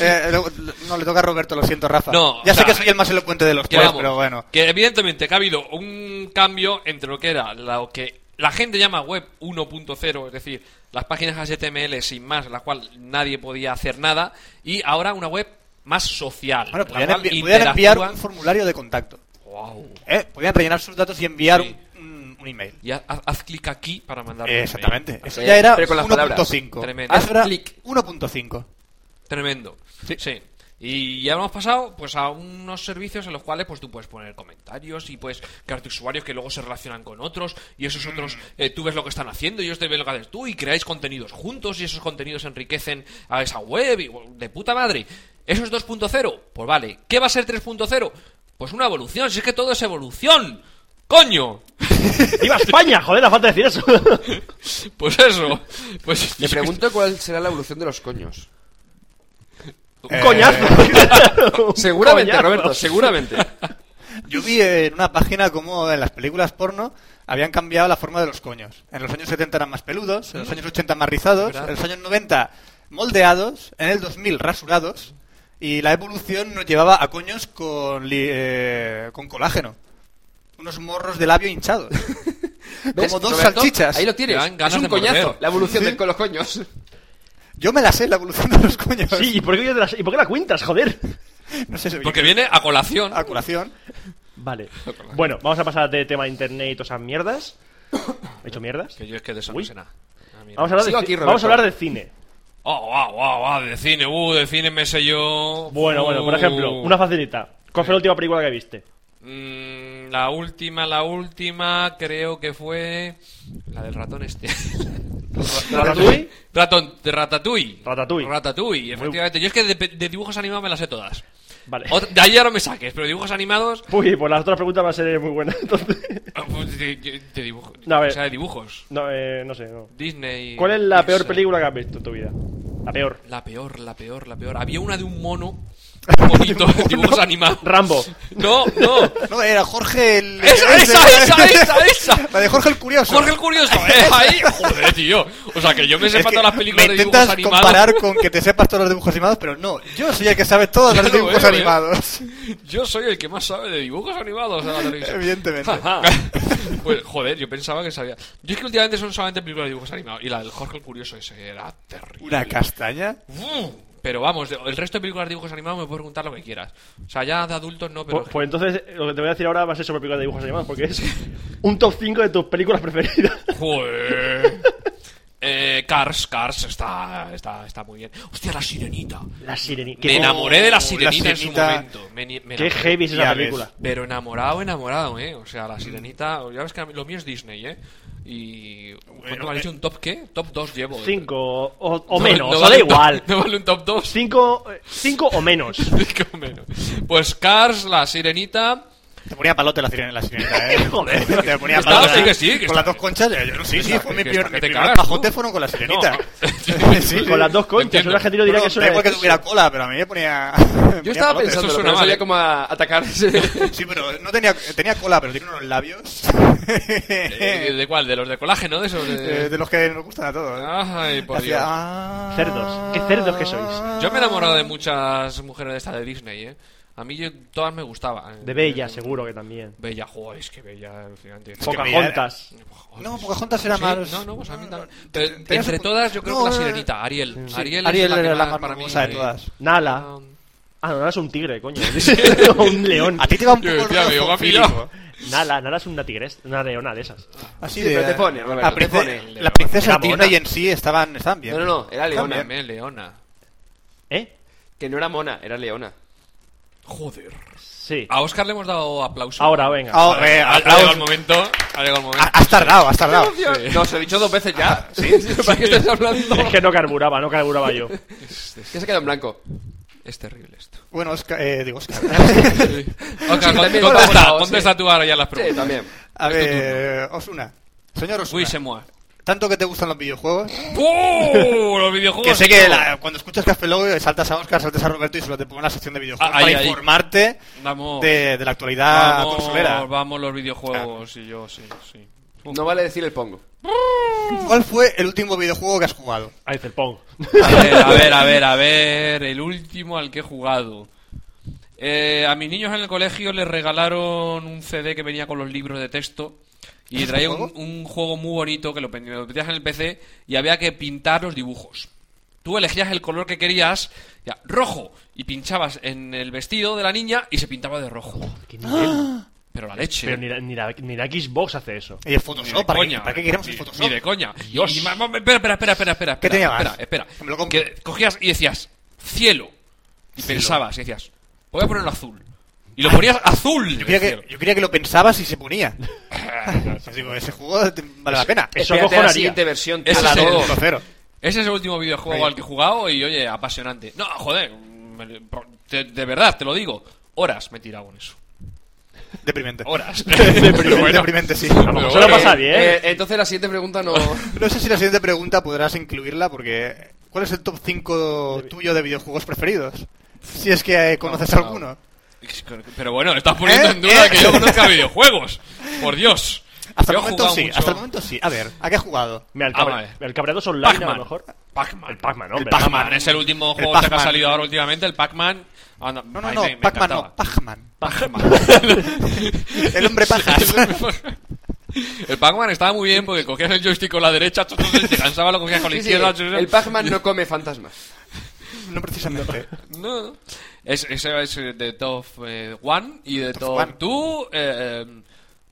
Eh, lo- lo- no, le toca a Roberto, lo siento, Rafa.
No,
ya
o
sé
sea,
que soy el más elocuente de los
Que
tres,
vamos,
Pues pero bueno.
Que evidentemente que ha habido un cambio entre lo que era lo que la gente llama web 1.0, es decir, las páginas HTML sin más, en la cual nadie podía hacer nada, y ahora una web más social.
Bueno,
la
podían,
cual
envi- podían enviar
interactúa-
un formulario de contacto.
Guau.
¿eh? Podían rellenar sus datos y enviar
Sí.
un, un- un email.
Y haz, haz- haz clic aquí para mandar. un
Eh,
email.
Exactamente. Eso
Eh,
ya era
pero con las palabras.
1.5.
Tremendo.
Eso era
Haz clic.
1.5.
Tremendo. Sí. Y ya hemos pasado pues a unos servicios en los cuales pues tú puedes poner comentarios y puedes crear tus usuarios que luego se relacionan con otros y esos otros eh, tú ves lo que están haciendo y ellos te ven lo que haces tú y creáis contenidos juntos y esos contenidos enriquecen a esa web y bueno, de puta madre. ¿Eso es 2.0? Pues vale. ¿Qué va a ser 3.0? Pues una evolución, si es que todo es evolución. ¡Coño!
¡Viva España! Joder, la falta de decir eso.
Pues eso. Pues
Le pregunto cuál será la evolución de los coños.
Eh,
¡Coñazo!
Seguramente,
Coñazo.
Roberto, seguramente.
Yo vi en una página como en las películas porno habían cambiado la forma de los coños. En los años 70 eran más peludos, en los años 80 más rizados,
Mm. ¿Verdad?
en los años 90 moldeados, en el 2000 rasurados y la evolución nos llevaba a coños con, li- eh, con colágeno. Unos morros de labio hinchados.
¿Ves,
como dos
Roberto?
salchichas.
Ahí lo tienes.
Me dan ganas
es un
de morder.
coñazo. La evolución
Sí.
de con los coños.
Yo me la sé, la evolución de los coños.
Sí, ¿y por, qué la, ¿y por qué la cuentas, joder?
No sé, se
Porque viene a colación.
a colación.
Vale. Bueno, vamos a pasar de tema internet y todas esas mierdas. ¿He hecho mierdas?
Que yo es que de eso
Uy.
no sé nada. Ah, mira.
Vamos a hablar de,
Sigo
ci-
aquí,
vamos a
Roberto.
hablar de cine.
Oh, wow, wow, wow, de cine, uh, de cine me sé yo.
Bueno,
Uh.
bueno, por ejemplo, una facilita. ¿Cuál fue la última película que viste?
Mm, la última, la última, creo que fue. La del ratón este.
¿Ratatouille?
Ratón, de Ratatouille.
Ratatouille.
Ratatouille, efectivamente. Yo es que de, pe- de dibujos animados me las sé todas.
Vale.
Ot- de ahí ya no me saques, pero dibujos animados.
Uy, pues las otras preguntas van a ser muy buenas, entonces.
ah, pues, De, de- de dibujo-
No, a ver.
O sea, de dibujos.
No, eh, no sé, no.
Disney.
¿Cuál es la peor
Pixar.
película que has visto en tu vida? La peor.
La peor, la peor, la peor. Había una de un mono. Bonito, dibujos animados.
Rambo.
No, no.
No, era Jorge el...
Esa, esa, esa, esa, esa.
La de Jorge el Curioso.
Jorge el Curioso, eh, ahí, joder, tío. O sea, que yo me
Es
sepa
que
todas las películas
me
de dibujos
intentas
animados.
comparar con que te sepas todos los dibujos animados, pero no. Yo soy el que sabe todos
Ya
los
lo
dibujos
veo, ¿eh?
animados.
Yo soy el que más sabe de dibujos animados de la televisión.
Evidentemente.
Ajá. pues, joder, yo pensaba que sabía. Yo es que últimamente son solamente películas de dibujos animados. Y la del Jorge el Curioso ese era terrible.
Una castaña.
Uh, Pero vamos, de- el resto de películas de dibujos animados me puedes preguntar lo que quieras. O sea, ya de adultos no, pero.
Pues, pues entonces eh, lo que te voy a decir ahora va a ser sobre películas de dibujos animados, porque es un top 5 de tus películas preferidas.
pues-
Joder. Eh, Cars, Cars está, está, está muy bien. Hostia, la sirenita.
La sirenita.
Me
Qué,
enamoré de
Oh,
la
la
sirenita en su
sirenita.
momento. Me, ni- me
qué
enamoré.
heavy es
Ya
esa
ves.
película.
Pero enamorado, enamorado, ¿eh? O sea, la sirenita. Ya ves que a mí- lo mío es Disney, ¿eh? Y. ¿Cuánto vale un top qué? Top 2 llevo. eh.
5 o, eh, o
No-
menos,
no
o
vale
da
un top-
igual.
No vale un top 2.
5 o menos.
menos. Pues Cars, la sirenita.
Te ponía palote la sirena, la sirenita, eh.
Joder.
Te ponía
Estaba-
palote.
sí que sí, que
con
está-
las dos conchas. eh, yo- sí, sí,
Está-
fue
que
mi
está-
primer,
que
mi
te
primer
cagas,
pajote
tú.
fueron con la sirenita.
No.
Sí.
Con las dos conchas.
Entiendo.
Un argentino diría
Bueno,
que eso
da
era.
igual que tuviera cola, pero a mí me ponía.
Yo estaba
pensando
pensando, pero
suena
no
mal,
sabía
¿eh?
cómo a- atacar ese-
Sí, pero no tenía, tenía cola, pero tiene unos labios.
Eh, ¿De cuál? ¿De los de colágeno? ¿De esos? De-
Eh, de los que nos gustan a todos. ¿eh?
Ay, por
Hacía,
Dios.
"Ah".
Cerdos. Qué cerdos que sois.
Yo me he enamorado de muchas mujeres de esta de Disney, ¿eh? A mí yo- todas me gustaban. ¿eh?
De Bella, seguro que también.
Bella, joder, es que Bella, alucinante.
que Bella
Pocahontas.
Joder.
No, Pocahontas era
Sí,
más.
No, no, pues a mí
no,
también.
no.
Pero
Tenías
entre
un-
todas, yo creo
No,
que
no,
la
no.
sirenita, Ariel.
Sí,
Ariel,
Ariel
es la, que
era la más
para mí.
hermosa de todas.
Nala.
Ah,
Ah, no, Nala es un tigre, coño. O un león.
A ti te va un poco el
Yo decía,
rollo
me va a
zoofílico.
pillar.
Nala, Nala es una tigresa, una leona de esas.
Así
Sí,
de.
pero te pone, Roberto,
Ah, la
te
prince-
pone.
Las princesas
Era mona.
Disney en sí estaban, estaban bien.
No, no, no, era leona.
También.
Leona.
¿Eh?
Que no era mona, era leona.
Joder.
Sí.
A Oscar le hemos dado aplauso.
Ahora, venga.
Ah,
Vale,
eh,
ha, ha llegado el Ah,
aplausos.
momento. Ha llegado el momento.
Ha- Has tardado, has
Oh,
tardado.
No, os he dicho dos veces ya.
¿Para qué estás hablando?
Es que no carburaba, no carburaba yo.
Que se queda en blanco.
Es terrible esto.
Bueno, Oscar, eh, digo Oscar.
Oscar, con-
también, por
contesta,
favor,
contesta tú ahora ya las
Sí,
preguntas.
también.
A ver, Osuna. Señor
Uy, se
Osuna,
mueve.
tanto que te gustan los videojuegos,
¡Oh! Los videojuegos.
que sé que
tío.
la- cuando escuchas Café Logo saltas a Oscar, saltas a Roberto y solo te pongo la sección de videojuegos
Ah, ahí,
para
ahí.
informarte
Vamos.
de, de la actualidad consolera.
Vamos, vamos los videojuegos y yo, sí, sí.
No vale decir el pongo.
¿Cuál fue el último videojuego que has jugado?
Ahí Pong.
A ver, a ver, a ver, a ver. El último al que he jugado. Eh, a mis niños en el colegio les regalaron un CD que venía con los libros de texto. Y
¿Es
traía
un
un,
juego?
un juego muy bonito que lo pen- lo metías en el PC y había que pintar los dibujos. Tú elegías el color que querías, ya, rojo, y pinchabas en el vestido de la niña y se pintaba de rojo.
Qué nivel.
Pero la leche.
Ah. Pero ni la, ni, la, ni la Xbox hace eso.
Y el
Ni
Photoshop,
de
¿para,
coña.
qué, para qué queremos
Ni-
el Photoshop?
Ni de coña. Y ma- ma- espera, espera, espera, espera, espera.
¿Qué tenías?
Espera, espera.
Que me lo compro.
Que cogías y decías, cielo. Y pensabas, y decías, voy a ponerlo azul. Y lo ponías azul.
Yo
en
creía
el
que,
cielo.
yo creía que lo pensabas y se ponía. Así digo, ese juego te- vale la pena.
Eso
Espérate a la
acojonaría.
siguiente versión. tío.
Ese
A la
es el-
dos.
2-0.
Ese es el último videojuego al que he jugado y, oye, apasionante. No, joder, me- te- de verdad, te lo digo. Horas me he tirado con eso.
Deprimente.
Horas.
Deprimente,
Pero bueno.
deprimente, sí.
A lo
Pero
mejor se
bueno,
lo pasa bien.
Eh, entonces la siguiente pregunta no.
No sé si la siguiente pregunta podrás incluirla porque... ¿Cuál es el top 5 tuyo de videojuegos preferidos? Si es que eh, conoces
No, no.
alguno.
Pero bueno, estás poniendo
¿Eh?
en duda
¿Eh?
que yo conozca videojuegos. Por Dios.
Hasta el
Yo he
momento
jugado
sí,
mucho-
hasta el momento sí. A ver, ¿a qué has jugado?
Mira, el,
Ah,
cabre-
vale.
el cabreados online a
Pac-Man.
lo mejor.
Pac-Man.
El Pac-Man, hombre.
Pac-Man.
Pac-Man es el último
El
juego este que ha
Pac-Man.
salido ahora últimamente, el Pac-Man. Ah,
No,
ay,
no, no,
me- me
Pac-Man
encantaba.
no, Pac-Man.
Pac-Man.
El hombre pajas.
el Pac-Man estaba muy bien porque cogías el joystick con la derecha, chus, chus, y te cansaba, lo cogías con la
Sí, sí,
izquierda. chus, chus.
el Pac-Man no come fantasmas.
No precisamente.
No, no. Es, ese es eh, de Top 1 y de
Top
Top
One.
2. eh, em,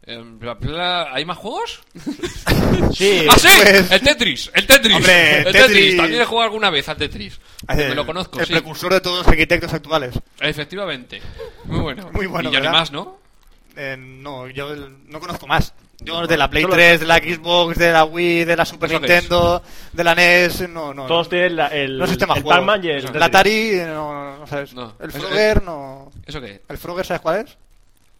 em, bla, bla. ¿Hay más juegos?
Sí.
¡Ah, sí!
pues-
El Tetris, el Tetris.
Hombre,
el Tetris.
Tetris.
También he jugado alguna vez al Tetris.
Eh,
me lo conozco,
El
sí.
precursor de todos los arquitectos actuales.
Efectivamente. Muy bueno.
Muy bueno,
Y ya ni
¿verdad?
más, ¿no?
Eh, no, yo el- no conozco más. Yo de la Play
Solo-
3, de la Xbox, de la Wii, de la Super
¿Eso qué es?
Nintendo, de la NES, no, no.
Todos tienen la- el,
no sé sistema
el
juego.
Pac-Man y el.
Atari, eh, no, no sabes.
No.
El
Eso-
Frogger, no.
¿Eso qué?
¿El Frogger sabes cuál es?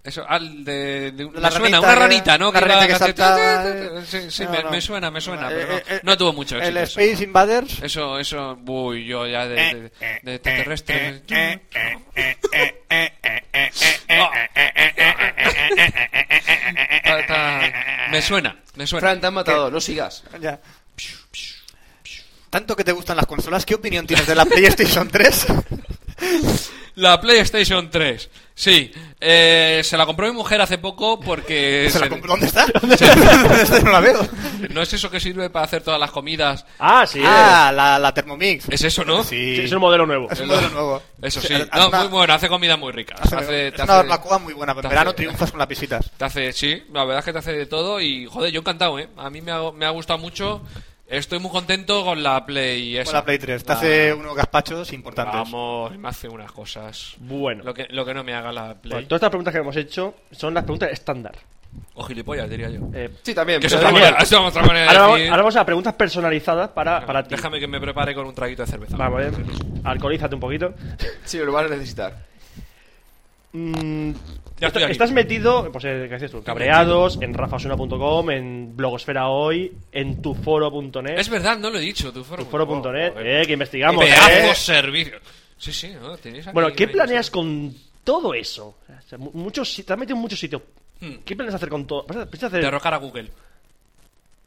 Eso, al de, de un-
La
me suena,
ranita
una
que-
ranita, ¿no?
la
iba
ranita que
hacia-
saltaba,
Sí, sí,
eh,
me,
no, no.
me suena, me suena,
Eh,
pero no,
eh,
no tuvo mucho éxito.
El
eso.
Space Invaders.
Eso, eso, uy, yo ya de, de,
Eh,
de,
eh,
extraterrestres.
eh, eh, eh, eh, eh, eh, eh,
No.
eh, eh, eh, eh, eh, eh, eh, eh,
Ta- ta- Me suena, me suena.
Fran, te han matado, no sigas.
Ya. Tanto que te gustan las consolas, ¿qué opinión tienes de la PlayStation 3?
La PlayStation 3. Sí, eh, se la compró mi mujer hace poco porque...
¿Se la
se-
compró? ¿Dónde está? ¿Dónde está? No la veo.
¿No es eso que sirve para hacer todas las comidas?
Ah, sí.
Ah, la, la Thermomix.
¿Es eso, no?
Sí.
Sí, Es un modelo nuevo.
Es un modelo nuevo.
Eso
Sí,
sí.
hace
No,
una-
muy bueno, hace comida muy rica.
hace-
Hace-
es
te
una
hace-
barbacoa muy buena, pero
te
en verano
hace-
triunfas con las visitas.
Te hace, sí, la verdad es que te hace de todo y, joder, yo encantado, ¿eh? A mí me ha, me ha gustado mucho. Estoy muy contento con la Play esa.
Con la Play 3. Te
La-
hace unos gazpachos importantes.
Vamos, me hace unas cosas.
Bueno.
Lo que, lo que no me haga la Play.
Bueno, todas estas preguntas que hemos hecho son las preguntas estándar.
O gilipollas, diría yo.
Eh,
Sí, también.
Que eso
pero
es
da
otra
igual.
manera- eso es otra manera de
ahora, vamos,
decir-
ahora vamos a las preguntas personalizadas para, para ti.
Déjame que me prepare con un traguito de cerveza.
Vamos, eh, alcoholízate un poquito.
Sí, lo vas a necesitar.
Mm,
Ya estoy aquí.
estás metido, pues, eh, ¿qué haces tú? Cabreados, en rafasuna.com, en blogosfera hoy, en tuforo.net.
Es verdad, no lo he dicho, tu foro.
Tuforo.net,
Joder.
eh, que investigamos.
Pedazos
eh.
servicios. Sí, sí, ¿no? Tenéis ahí-
Bueno, ¿qué
ahí-
planeas con todo eso? O sea, mu- muchos, si- te has metido en muchos sitios.
Hmm.
¿Qué planeas hacer con todo? ¿Vas a- vas a hacer-
Derrocar a Google.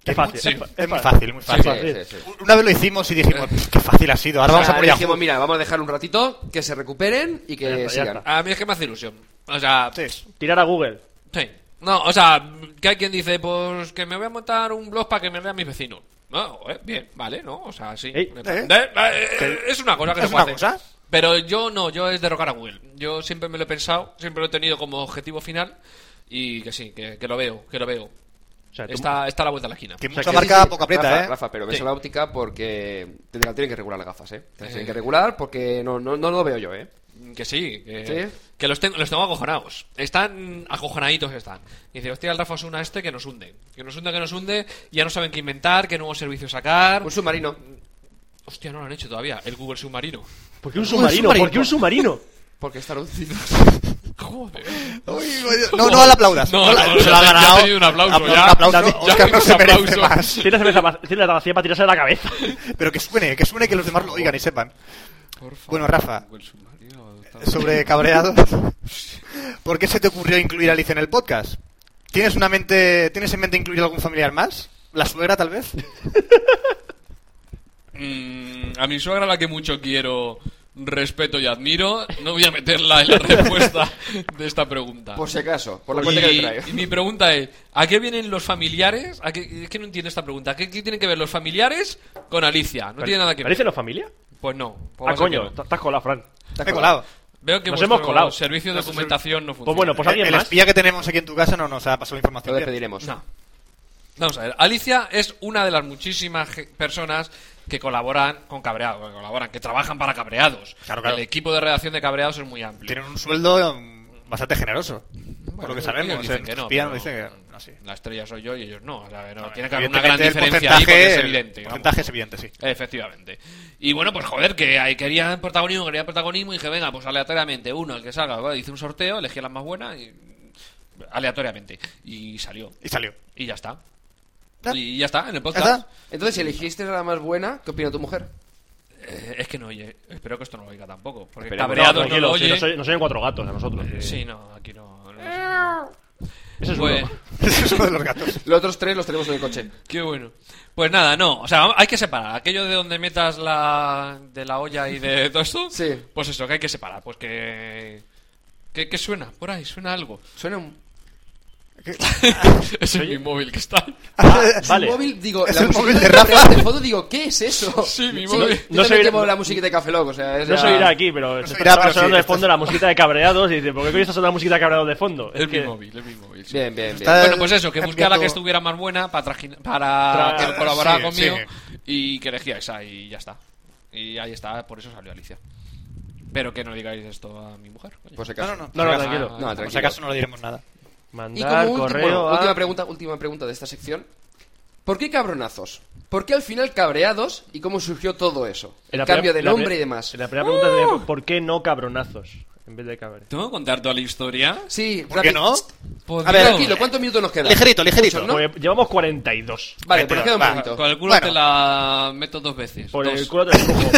Es fácil.
Sí,
fa-
Es muy
fácil.
fácil, muy fácil.
fácil.
Sí, sí, sí.
Una vez lo hicimos y dijimos, qué fácil ha sido. Ahora vamos a
Ah,
por allá.
dijimos, mira, vamos a dejar un ratito, que se recuperen y
Ya está,
que
ya
sigan.
está.
A mí es que me hace ilusión. O sea,
Sí.
Tirar a Google.
Sí. No, o sea, que hay quien dice, pues que me voy a montar un blog para que me vean mis vecinos. No, eh, bien, vale, ¿no? O sea, sí.
Ey.
Eh, eh, eh, es una cosa que
¿Es
se puede
una
hacer.
cosa?
Pero yo no, yo es derrocar a Google. Yo siempre me lo he pensado, siempre lo he tenido como objetivo final y que sí, que, que lo veo, que lo veo.
O sea, tú-
Está, está a la vuelta de la esquina.
Que
sea,
mucha
que-
marca,
Sí, sí,
poca aprieta,
Rafa,
¿eh?
Rafa, pero ves
Sí.
a la óptica porque te la tienen que regular las gafas, ¿eh? Te las
Eh.
tienen que regular porque no, no, no lo veo yo, ¿eh?
Que sí, que,
¿Sí?
que los, tengo, los tengo acojonados. Están acojonaditos, están. Y dice, hostia, el Rafa Osuna este que nos hunde. Que nos hunde, que nos hunde. Ya no saben qué inventar, qué nuevo servicio sacar.
Pues-
Un submarino.
Hostia, no lo han hecho todavía. El Google Submarino.
¿Por qué un
Un
submarino?
submarino.
¿Por qué un submarino?
Porque está reducido.
Joder.
Uy, uy, no, no al aplaudas.
No,
la-
no, no,
se lo ha
ya- ya ha
ganado.
tenido un aplauso,
Apla-
ya.
un aplauso.
David,
Oscar
ya
no se
un
merece
aplauso.
más.
Tiene la cerveza pa- tiene la vacía para tirarse de la cabeza.
Pero que suene, que suene que los demás lo oigan y sepan.
Por favor,
Bueno, Rafa.
Google Submarino.
Sobre cabreados. ¿Por qué se te ocurrió incluir a Alicia en el podcast? ¿Tienes una mente, tienes en mente incluir algún familiar más? ¿La suegra tal vez?
Mm, a mi suegra, la que mucho quiero, respeto y admiro, no voy a meterla en la respuesta de esta pregunta.
Pues
Por si acaso, por la cuenta que le traigo.
Y, y mi pregunta es, ¿a qué vienen los familiares? ¿A qué, es que no entiendo esta pregunta. ¿A qué, qué tienen que ver los familiares con Alicia? No tiene nada que ver.
¿Parece la familia?
Pues no. pues va
Ah,
a ser
coño,
que
te-
no.
estás colado, Fran.
Me he colado.
Veo que
Nos
vuestro
hemos colado.
servicio de documentación no funciona.
Pues bueno, pues
El,
alguien
el
más.
espía que tenemos aquí en tu casa no nos ha pasado
Lo
información. bien.
despediremos.
No. Vamos a ver, Alicia es una de las muchísimas ge- personas que colaboran con Cabreados, que colaboran, que trabajan para Cabreados.
Claro, claro.
El equipo de redacción de Cabreados es muy amplio.
Tienen un sueldo mm, bastante generoso. por lo que
ellos
sabemos. o sea,
dicen que
los
no,
espías nos
pero
dicen que- no, sí.
La estrella soy yo y ellos no. O sea, que no,
No,
tiene que haber una gran
evidentemente el
diferencia ahí porque es
porcentaje-
evidente.
El
vamos.
porcentaje es evidente, sí.
Efectivamente. Y bueno, pues joder, que ahí querían protagonismo, querían protagonismo y dije, venga, pues aleatoriamente, uno, el que salga, va, hice un sorteo, elegí las más buenas y... aleatoriamente. Y salió.
Y salió.
Y ya está.
¿Ya?
Y ya está, en el
¿Ya
podcast.
está?
Entonces, si elegiste a la más buena, ¿qué opina tu mujer?
Eh, es que no oye. Espero que esto no lo oiga tampoco. Porque
Esperemos.
cabreado no,
tranquilo,
lo
sí,
oye.
nos, oyen, nos oyen cuatro gatos a nosotros.
Eh,
eh.
Sí, no, aquí no. no sé.
Ese es
Pues-
uno.
Ese es uno de los gatos.
Los otros tres los tenemos en el coche.
Qué bueno. Pues nada, no. O sea, hay que separar. Aquello de donde metas la. de la olla y de todo esto.
Sí.
Pues eso, que hay que separar. Pues que. ¿Qué, qué suena? Por ahí, suena algo.
Suena un...
Ese es mi móvil que está.
Ah, vale.
Un móvil, digo...
Es
la
el
musiquita
móvil de
que
Rafa.
trae De fondo digo, ¿qué es eso?
Sí, mi
yo
móvil.
también
No se oirá-
llevo la musiquita de Café Lock, o sea... es
No
ya-
se oirá aquí, pero se
se oirá,
está
pero sí,
sonando de
esto es-
fondo la música de cabreados. Y dice, ¿por qué hoy está sonando la música de cabreados de fondo?
Es mi
que-
móvil, es mi móvil. sí.
Bien, bien, bien.
Está-
Bueno, pues eso, que busqué a la
Cambiando-
que estuviera más buena para, trajin-
Tra-
para que colaborara
sí,
conmigo
sí.
y que elegía esa y ya está. Y ahí está, por eso salió Alicia. Pero que no digáis esto a mi mujer. Ah, coño.
Por si
No,
acaso.
no, no.
No, no,
Por si acaso-
tranquilo.
No,
Por si
tranquilo.
acaso no le diremos nada.
Y como
Mandar
último-
correo a...
última pregunta, última pregunta de esta sección. ¿Por qué cabronazos? ¿Por qué al final cabreados y cómo surgió todo eso?
En
El
la primera-
cambio de
en la
nombre
pri-
y demás. Uh.
en La primera pregunta sería, ¿por qué no cabronazos? En vez de cabre.
¿Tengo que contar toda la historia?
Sí,
¿Por qué
rápido.
no?
Podría-
A ver, tranquilo, ¿cuántos minutos nos quedan?
Ligerito, ligerito.
¿No?
Pues llevamos 42.
Vale, pues nos queda un
Va,
poquito.
Con el culo
Bueno.
te la meto dos veces.
Por
dos.
el culo te lo cojo.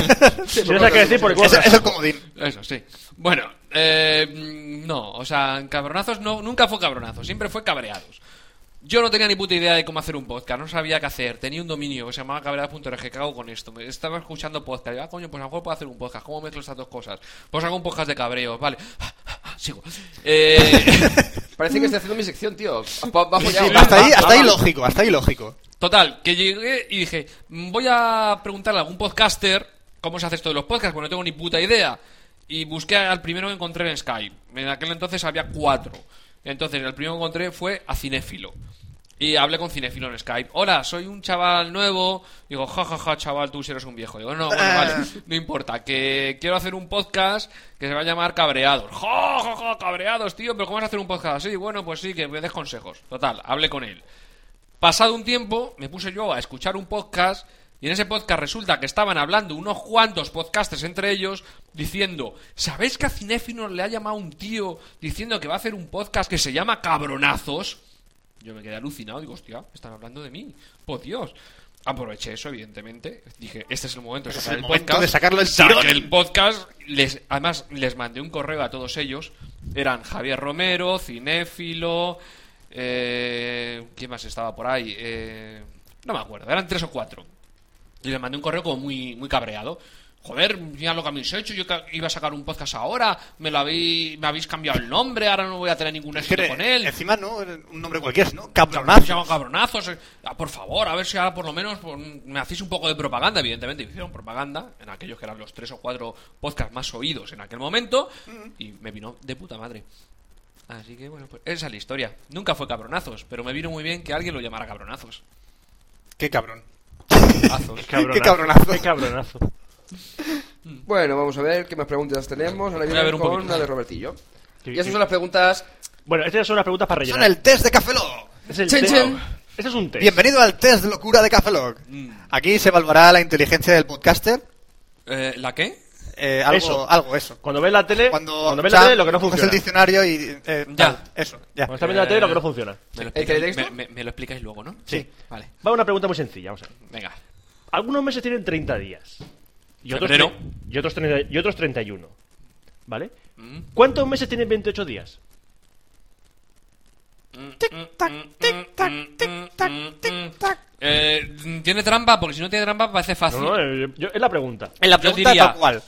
Si no sabes qué decir, por el culo
Es,
te lo
es el
cojo.
comodín.
Eso, sí. Bueno, eh, mm, no, o sea, en cabronazos no, nunca fue cabronazos, siempre fue cabreados. Yo no tenía ni puta idea de cómo hacer un podcast, no sabía qué hacer. Tenía un dominio que se llamaba cabreados.org, ¿qué hago con esto? Me estaba escuchando podcast, yo, ah, coño, pues a lo mejor puedo hacer un podcast, ¿cómo mezclo estas dos cosas? Pues hago un podcast de cabreos, vale. Sigo. Eh,
Parece que estoy haciendo mi sección, tío. Pa- Bajo ya.
Hasta ahí,
Va,
hasta
va,
ahí
va.
lógico, hasta ahí lógico.
Total, que llegué y dije, "Mm, voy a preguntarle a algún podcaster cómo se hace esto de los podcasts, porque no tengo ni puta idea. Y busqué al primero que encontré en Skype. En aquel entonces había cuatro. Entonces, el primero que encontré fue a Cinéfilo. Y hablé con Cinéfilo en Skype. Hola, soy un chaval nuevo. Digo, jajaja, chaval, tú si eres un viejo. Digo, no, bueno, vale, no importa. Que quiero hacer un podcast que se va a llamar Cabreados. Ja, ja, ja, cabreados, tío, pero ¿cómo vas a hacer un podcast así? Bueno, pues sí, que me des consejos. Total, hablé con él. Pasado un tiempo, me puse yo a escuchar un podcast y en ese podcast resulta que estaban hablando unos cuantos podcasters entre ellos diciendo, ¿sabéis que a Cinéfinos le ha llamado un tío diciendo que va a hacer un podcast que se llama Cabronazos? Yo me quedé alucinado, digo, hostia, están hablando de mí, por Dios. Aproveché eso, evidentemente. Dije, este es el momento de
Este es
sacar
el
el,
momento
podcast.
de sacarlo del
Saqué
tirón.
el podcast. Les, además, les mandé un correo a todos ellos. Eran Javier Romero, Cinéfilo. Eh, ¿Quién más estaba por ahí? Eh, no me acuerdo, eran tres o cuatro. Y les mandé un correo como muy, muy cabreado. Joder, mira lo que habéis hecho. Yo ca- iba a sacar un podcast ahora. Me, lo habéis, me habéis cambiado el nombre. Ahora no voy a tener ningún
Es que
éxito con él.
Encima no, era un nombre cualquiera, ¿no?
Cabronazos.
Cabronazo.
cabronazos. eh. Ah, por favor, a ver si ahora por lo menos pues, me hacéis un poco de propaganda. Evidentemente hicieron propaganda en aquellos que eran los tres o cuatro podcasts más oídos en aquel momento. Y me vino de puta madre. Así que bueno, pues esa es la historia. Nunca fue cabronazos, pero me vino muy bien que alguien lo llamara cabronazos.
Qué cabrón.
Azos.
Qué cabronazo.
Qué cabronazo.
Bueno, vamos a ver qué más preguntas tenemos. Ahora
Voy a
viene
ver un
con
poquito.
la de Robertillo.
Sí,
Y esas
sí.
son las preguntas.
Bueno, estas son las preguntas para rellenar.
Son el test de Café Lock.
Es el
Chin,
test.
chin.
Ese es un test.
Bienvenido al test de locura de Café Lock.
Mm.
Aquí se evaluará la inteligencia del podcaster.
Eh, ¿La qué?
eh, algo,
Eso.
algo eso.
Cuando ves la tele,
Cuando,
cuando, ves
o sea,
la tele, lo que no
coges
funciona.
el diccionario y. eh,
Ya.
tal, Eso, ya.
Cuando estás viendo la tele, lo que no funciona.
¿Me lo,
¿El
explicáis,
teletexto?
me- me- me lo explicáis luego, ¿no?
Sí.
Vale,
Va una pregunta muy sencilla, vamos a ver.
venga.
Algunos meses tienen 30 días. Y otros,
Febrero.
tre- y otros, 30 y otros 31. ¿Vale?
Mm.
¿Cuántos meses tienen 28 días?
Tic-tac, tic-tac, tic-tac, tic-tac.
Eh, ¿Tiene trampa? Porque si no tiene trampa parece fácil.
No, no, eh, yo- es la pregunta.
En la
Pregunta
yo diría
tal cual.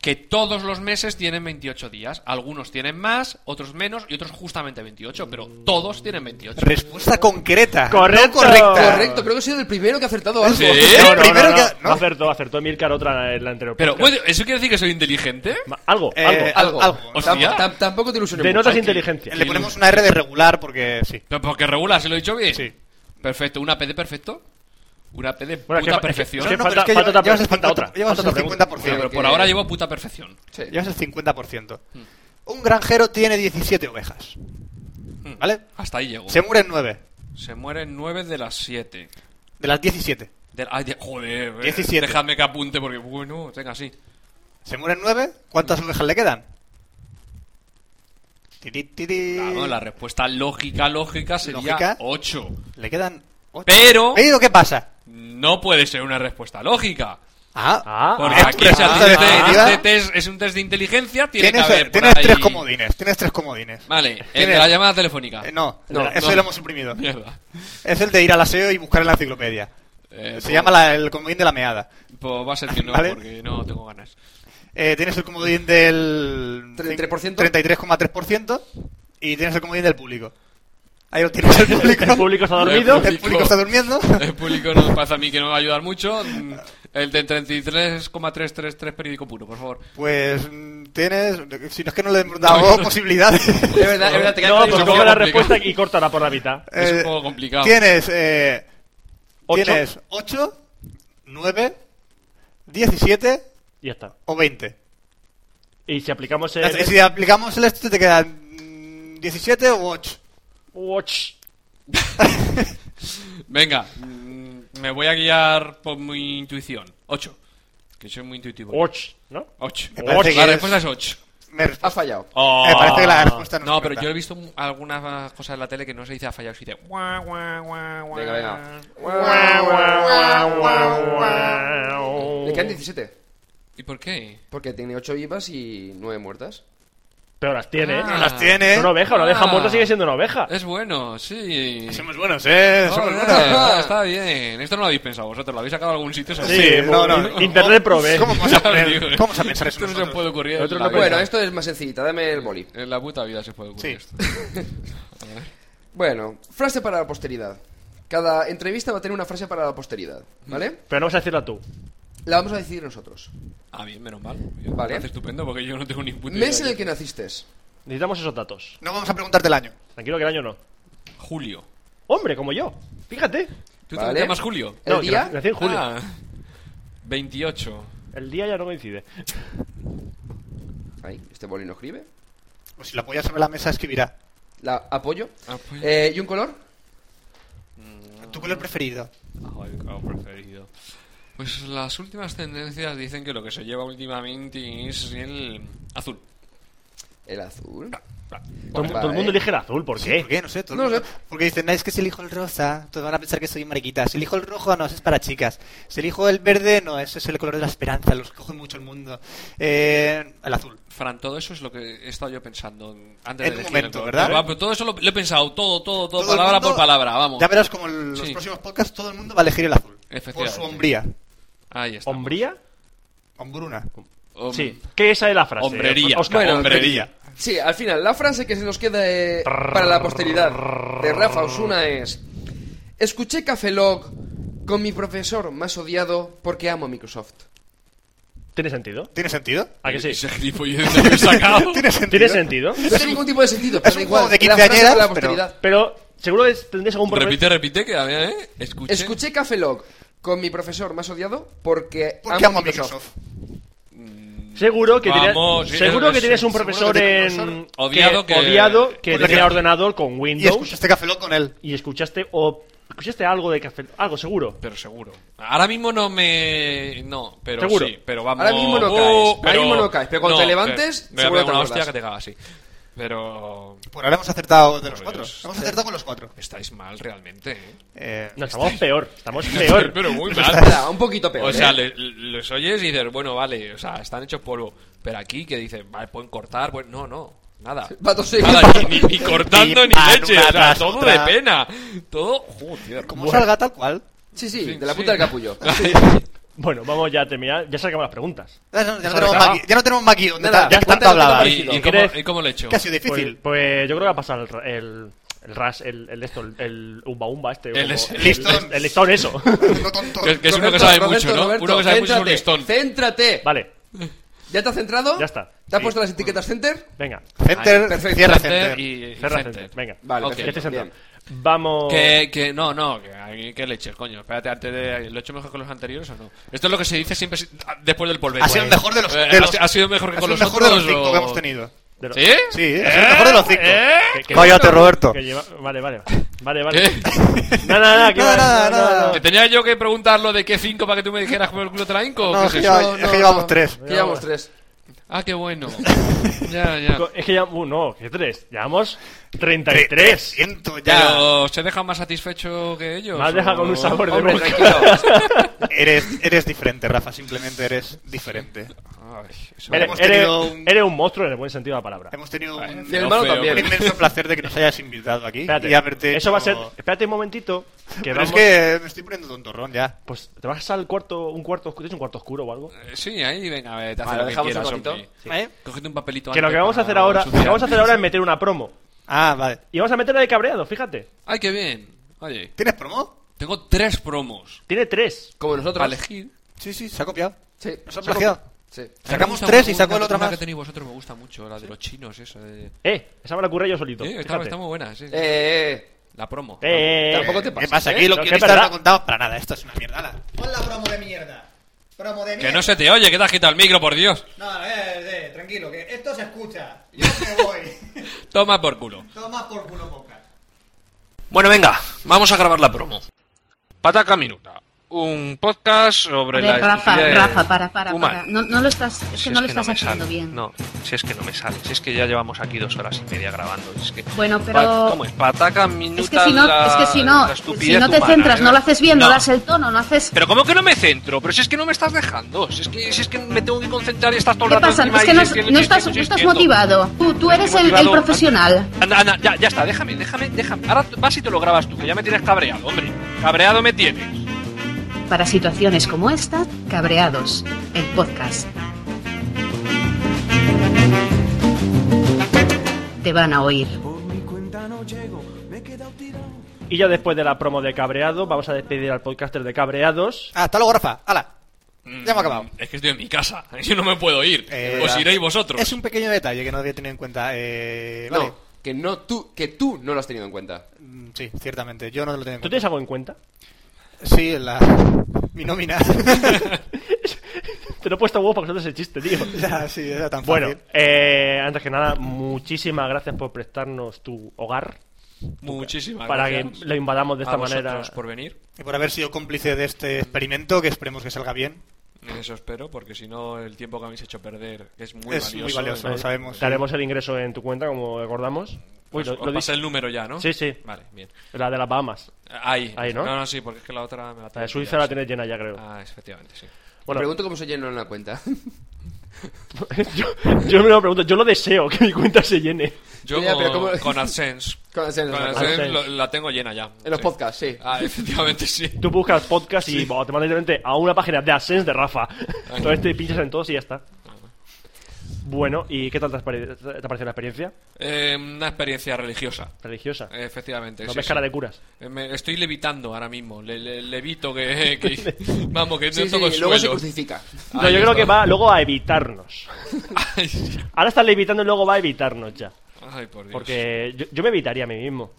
que todos los meses tienen 28 días. Algunos tienen más, otros menos y otros justamente 28. Pero todos tienen 28.
Respuesta concreta.
Correcto.
No correcta.
Correcto, creo que he sido el primero que ha acertado algo.
Sí.
El
No, no,
Eh, primero
no, no.
que- ¿no?
Acertó, acertó Milcar otra en la anterior.
Pero,
podcast.
bueno, ¿eso quiere decir que soy inteligente?
Ma- Algo,
Eh,
algo.
Algo.
Algo.
Tam-
Hostia.
tam- tampoco te ilusiones.
De
mucho.
notas
hay que-
inteligencia.
Le ponemos una R de regular porque sí.
Pero porque regula, se lo he dicho bien.
Sí.
Perfecto, una P de perfecto. Una P de
Bueno, es que
puta
fa-
perfección.
es que
No, no,
falta-
pero
falta
lleva-
otra
llevas el
pregunta, otra.
50%. Llevas
Falta
el
otra
50%.
Bueno, pero
que-
por ahora llevo puta perfección.
Sí.
Llevas el 50%. Un granjero tiene 17 ovejas.
Mm.
¿Vale?
Hasta ahí llego.
Se mueren 9.
Se mueren 9 de las 7.
De las 17.
De, ay, de- joder, eh,
17.
dejadme que apunte porque, bueno, tenga así.
Se mueren 9. ¿Cuántas ovejas le quedan? Tiri, tiri.
Claro, la respuesta lógica, lógica sería
Lógica.
8.
Le quedan 8.
Pero-
Pero ¿qué pasa?
No puede ser una respuesta lógica.
Ah,
Ah,
Porque
es tu
aquí se
respuesta
hace-
definitiva.
este test es un test de inteligencia, tiene que
Tienes,
haber por
tienes
ahí-
tres comodines. Tienes tres comodines.
Vale, el de
Tienes-
la llamada telefónica. Eh,
Eh, no,
No,
eso
no.
ya lo hemos suprimido.
Mierda.
Es el de ir al aseo y buscar en la enciclopedia.
Eh,
Se llama la- el comodín de la meada.
Pues va a ser que no,
¿Vale?
porque no tengo ganas.
Eh, tienes el comodín del cin-
33%.
33,3% y tienes el comodín del público. Ahí lo tienes el público.
El público está dormido.
El público está durmiendo.
El público no pasa a mí que no me va a ayudar mucho. Mm, El de 33,333 periódico puro, por favor.
Pues mm, tienes. Si no es que no le hemos dado posibilidades.
Es verdad, es verdad. Te
No,
quedas
pues
Eso
coge
con-
la
complicado.
respuesta y córtala por la mitad.
Es un
Eh,
poco complicado.
Tienes. Eh,
¿Ocho?
Tienes 8, 9, 17
Y ya está.
o 20.
Eh, Y si aplicamos
Ya
el.
está, Si aplicamos el este, te quedan mm, 17 o 8.
Watch.
Venga, mm, me voy a guiar por mi intuición. 8. Que soy muy intuitivo.
Watch, ¿no?
8.
Me parece que
La
es-
respuesta es 8.
Me, resp-
Has fallado.
me parece que la respuesta no,
Ah. No,
es
pero
correcta.
yo he visto un- algunas cosas en la tele que no se dice ha fallado, se dice guau, guau, guau, guau.
Venga, venga. Le quedan 17.
¿Y por qué?
Porque tiene 8 vivas y 9 muertas.
Pero las tiene, ¿eh?
No las tiene.
Es una oveja, una oveja
Ah.
muerta sigue siendo una oveja.
Es bueno, sí.
Somos buenos, eh. Somos
Joder,
buenos.
está bien. Esto no lo habéis pensado vosotros, lo habéis sacado de algún sitio. seguro.
Sí,
no, no.
in- internet provee.
¿Cómo vamos a, poner-
Digo,
cómo vamos a pensar eso?
Esto no se
nosotros?
puede ocurrir.
Nosotros
en
no
la
Bueno,
vida.
esto es más sencillita. Dame el boli.
En la puta vida se puede ocurrir
Sí.
esto.
Bueno, frase para la posteridad. Cada entrevista va a tener una frase para la posteridad, ¿vale?
Pero no vas a decirla tú.
La vamos a decidir nosotros.
Ah, bien, menos mal.
Vale.
Vale. estupendo porque yo no tengo ni puta
Mes en
idea.
el que naciste.
Necesitamos esos datos.
No vamos a preguntarte el año.
Tranquilo que el año no.
Julio.
Hombre, como yo. Fíjate.
¿Tú
Vale.
te llamas Julio?
¿El
no, que
día?
nací- nací en julio.
Ah, 28.
El día ya no coincide.
Ahí, este boli no escribe.
O Pues si la apoyas sobre la mesa, escribirá.
La apoyo.
Apoyo.
Eh, ¿Y un color?
¿Tu color preferido?
Ay, claro, preferido. Pues las últimas tendencias dicen que lo que se lleva últimamente es el azul.
El azul.
Todo, el mu-
Vale.
todo el mundo elige el azul, ¿por qué?
¿Por qué? No sé. todo el
No
mundo-
sé.
Porque dicen, "Ah, es que si elijo el rosa, todos van a pensar que soy mariquita. Si elijo el rojo, no, eso es para chicas. Si elijo el verde, no, eso es el color de la esperanza. Los coge mucho el mundo. Eh, el azul.
Fran, todo eso es lo que he estado yo pensando antes
En
de
un
decir
momento,
el color.
¿verdad?
Va, pero todo eso lo, lo he pensado, todo, todo, todo,
Todo el
palabra
mundo-
por palabra, vamos.
Ya verás como en los
Sí.
próximos podcasts todo el mundo va a elegir el azul. Por
Efectivamente.
su hombría.
Ahí está.
¿Hombría?
Hombruna.
Hom-
Sí. ¿Qué esa es la frase?
Hombrería.
Oscar.
Bueno,
hombrería.
Sí, al final, la frase que se nos queda eh, para la posteridad de Rafa Osuna es: Escuché Café Lock con mi profesor más odiado porque amo a Microsoft.
¿Tiene sentido?
¿Tiene sentido?
¿A que sí?
Ese gilipollez que he sacado.
¿Tiene sentido?
¿Tiene sentido?
No tiene ningún tipo de sentido, pero
un
da igual.
juego de
la frase para la
quinceañeras, pero-
posteridad.
Pero seguro que tendréis algún profe-
repite, repite, que a ver, ¿eh? Escuche.
Escuché Café Lock con mi profesor más odiado porque
Porque amo a Microsoft.
Seguro que tenías,
Mm, Vamos, sí,
seguro
es-
que tenías un
seguro
profesor
que tenía
en
un
profesor odiado que-
odiado que
Con
tenía
Linux.
ordenador con
Y
Windows
escuchaste Café Lock con él.
y escuchaste o escuchaste algo de café, algo seguro.
Pero seguro. Ahora mismo no me. No, pero
Seguro.
sí. Pero vamos.
Ahora mismo no
Oh,
caes, ahora
pero-
mismo no caes, pero cuando te levantes,
me voy
seguro
a pegar
te
una
acuerdas.
hostia que te caga así. Pero.
Por ahora hemos acertado de los
Pues-
cuatro. Hemos acertado con los cuatro.
Estáis mal realmente, ¿eh?
Eh,
No, estamos peor, estamos peor.
pero muy mal.
Espera, un poquito peor.
O sea,
¿eh?
le- los oyes y dices, bueno, vale, o sea, están hechos polvo. Pero aquí que dicen, vale, pueden cortar, pues no, no, nada.
Pato, sí.
Nada, ni, ni- ni cortando
Y
ni
pan,
leche,
una
o sea,
tras
todo
otra.
de pena. Todo, joder.
como salga tal cual.
Sí, sí,
Sí,
de la
sí.
puta del capullo.
Bueno, vamos ya a terminar, ya se acaban las preguntas.
Ya no, ya no
Sobre
tenemos
todo.
más gui- ya no tenemos más guión de
Nada,
tal-
ya
que
está,
tanto
tanto
hablaba.
¿Y,
parecido.
y
¿Qué
cómo,
crees?
¿Y cómo lo he hecho?
Que ha sido
Pues,
difícil.
pues yo creo que va a pasar el, ra- el, el ras, el, el esto, el, el umba umba este.
El es-
el,
listón.
el listón, eso.
No tonto.
Pues, Que, que es uno que
Roberto,
sabe
Roberto,
mucho, ¿no?
Roberto,
uno que sabe mucho es un
céntrate,
listón.
Céntrate.
Vale,
¿Ya te has centrado?
Ya está.
¿Te has
Sí.
puesto las etiquetas center?
venga.
Center,
perfecto.
cierra
Center
Center.
y- y
Cerra
center.
center, venga. este
Vale,
Ok.
Ya estoy
perfecto.
sentado.
bien.
Vamos.
Que, que no, no, que, hay- que leches, coño. Espérate, antes de. ¿Lo he hecho mejor que los anteriores o no? Esto es lo que se dice siempre si- ah, después del polvo.
Ha sido el mejor de los.
Eh,
de
ha
los-
si- ha sido mejor que
ha
con
sido
los
el mejor de los
otros,
cinco
o-
que hemos tenido.
De lo-
¿Sí?
Sí, ha sido el mejor de los cinco.
¿Eh?
que- que-
Cállate, Roberto.
que lleva- Vale, vale. Vale, vale.
¿Qué?
Nada, nada, que va-
Nada, nada,
no, no,
nada.
no.
¿Que tenía yo que preguntar lo de qué cinco para que tú me dijeras por el culo te la hinco?
No, es
¿Qué es
que
eso?
ya- es que llevamos tres.
Que llevamos tres.
Ah, qué bueno. ya, ya.
Co- Es que ya. Uh, no, que tres. Llevamos 33.
Siento ya.
Pero ¿se deja más satisfecho que ellos?
Me has dejado
o-
con un sabor de
Hombre,
boca.
tranquilo. pues,
Eres, eres diferente, Rafa. Simplemente eres diferente.
Ay, eso-
Pero-
Eres,
Hemos
eres-
tenido un-
eres un monstruo en el buen sentido de la palabra.
Hemos tenido un,
Del
No,
malo
feo,
un
también.
inmenso placer de que nos hayas invitado aquí
Espérate.
y haberte.
Eso va a ser.
hecho-
Espérate un momentito. Que
Pero
vamos,
es que me estoy poniendo tontorrón ya.
Pues te vas al cuarto. Un cuarto oscuro. ¿Tienes un cuarto oscuro o algo?
Eh, Sí, ahí, venga, vete, haz
Vale,
lo que
dejamos un
quieras,
ratito.
hombre.
¿Eh?
Cógete un papelito
Que lo
antes
que vamos a
para
hacer ahora. Lo que
ensuciar.
vamos a hacer ahora es meter una promo.
Ah, vale.
Y vamos a meter la de cabreado, fíjate.
Ay, qué bien. Oye,
¿Tienes promo?
tengo tres promos
Tiene tres.
Como
para
nosotros.
elegir.
Sí, sí, se ha copiado.
Sí.
Nos ha plagiado.
Sí. Eh,
Sacamos
Me gusta
tres y
una-
sacó el
una-
otro
una
más.
que tenéis vosotros me gusta mucho, la de los chinos, esa de...
Eh, esa me la ocurre yo solito.
Sí, está,
fíjate.
está muy buena, sí. sí.
Eh, eh, eh.
La promo.
Eh, eh, eh.
Tampoco te
¿Qué
pases,
pasa?
¿eh?
Aquí los
No, que es
guionistas
verdad.
no contamos para nada. Esto es una mierda. ala.
Pon la promo de mierda. Promo de mierda.
Que no se te oye, que te has quitado el micro, por Dios.
No, eh, eh, tranquilo, que esto se escucha. Yo me voy.
Toma por culo.
Toma por culo podcast.
Bueno, venga, vamos a grabar la promo. Pataca Minuta, un podcast sobre
A ver,
la
Rafa,
estupidez
Rafa, para, para,
humana.
para. No, no lo estás, es que
Si
no lo estás
me
haciendo
sale.
bien.
No, si es que no me sale. Si es que ya llevamos aquí dos horas y media grabando. Es que...
Bueno,
Pa-
pero
¿Cómo es? Pataca Minuta
es que si no,
la-
es que si no,
la estupidez
si no te
humana,
centras,
¿eh?
no lo haces bien, no, das el tono, no haces.
Pero ¿cómo que no me centro? Pero si es que no me estás dejando. Si es que, si es que me tengo que concentrar y estás todo el
¿Qué
rato
pasa?
encima
Es que
y
no,
insistiendo,
no estás, no
insistiendo,
estás
insistiendo.
motivado. Tú, tú eres el, el
motivado.
profesional.
Anda, anda, ya, ya está, déjame, déjame, déjame. Ahora vas y te lo grabas tú, que ya me tienes cabreado, hombre. Cabreado me tienes.
Para situaciones como esta, cabreados. El podcast. Te van a oír.
Y ya después de la promo de cabreado, vamos a despedir al podcaster de cabreados.
Ah, hasta luego, Rafa. Ala. Ya me ha acabado.
Es que estoy en mi casa, yo no me puedo ir.
Eh,
Mm. Eh, Os
¿verdad?
iréis vosotros.
Es un pequeño detalle que no había tenido en cuenta. Eh, vale.
No, que, no tú, que tú no lo has tenido en cuenta.
Mm, Sí, ciertamente. Yo no lo tenía en
¿Tú
cuenta.
tienes algo en cuenta?
Sí, la... mi nómina.
Te lo he puesto a huevo para que no te ese chiste, tío.
ya, sí, era tan
Bueno,
fácil.
eh, antes que nada, muchísimas gracias por prestarnos tu hogar
Muchísimas
para
gracias.
que lo invadamos de
a
esta
vosotros
manera.
por venir.
Y por haber sido cómplice de este experimento, que esperemos que salga bien.
Eso espero, porque si no, el tiempo que habéis hecho perder es muy
Es
valioso.
muy valioso, lo
Os-
sabemos.
Te haremos Eh, el ingreso en tu cuenta, como acordamos. Uy, lo,
os
lo
pasé
dice-
el número ya, ¿no?
Sí, sí.
Vale, bien.
La de las Bahamas.
Ahí.
Ahí, ¿no?
No, no, sí, porque es que la otra me la
La
tengo
de
que
Suiza
pillar,
la
sí.
tienes llena ya, creo.
Ah, efectivamente, sí.
Me
Bueno,
pregunto cómo se llenó la cuenta.
yo, yo me lo pregunto, yo lo deseo, que mi cuenta se llene.
Yo
Ya, pero
con,
¿cómo-
con AdSense.
Con AdSense,
Con
exacto.
AdSense
AdSense.
lo- la tengo llena ya.
Ah, En los podcasts, sí.
Ah, efectivamente, sí.
Tú buscas podcast y bueno, te mandan directamente a una página de Ascens de Rafa. Entonces te pinchas en todos y ya está.
Ah,
Bueno, ¿y qué tal te, has pare- te ha parecido la experiencia
Eh, una experiencia religiosa.
religiosa?
Efectivamente.
no
Eh, sí,
ves
sí.
cara de curas.
Eh, me- estoy levitando ahora mismo. Le, le- levito que, que- Vamos, que
Sí,
no
sí,
toco
y
el
luego se
suelo. Ah,
crucifica.
No,
Ahí
yo creo
está.
que va luego a evitarnos.
Ay, ya.
Ahora está levitando y luego va a evitarnos ya.
Ay, por Dios.
Porque yo, yo me evitaría a mí mismo.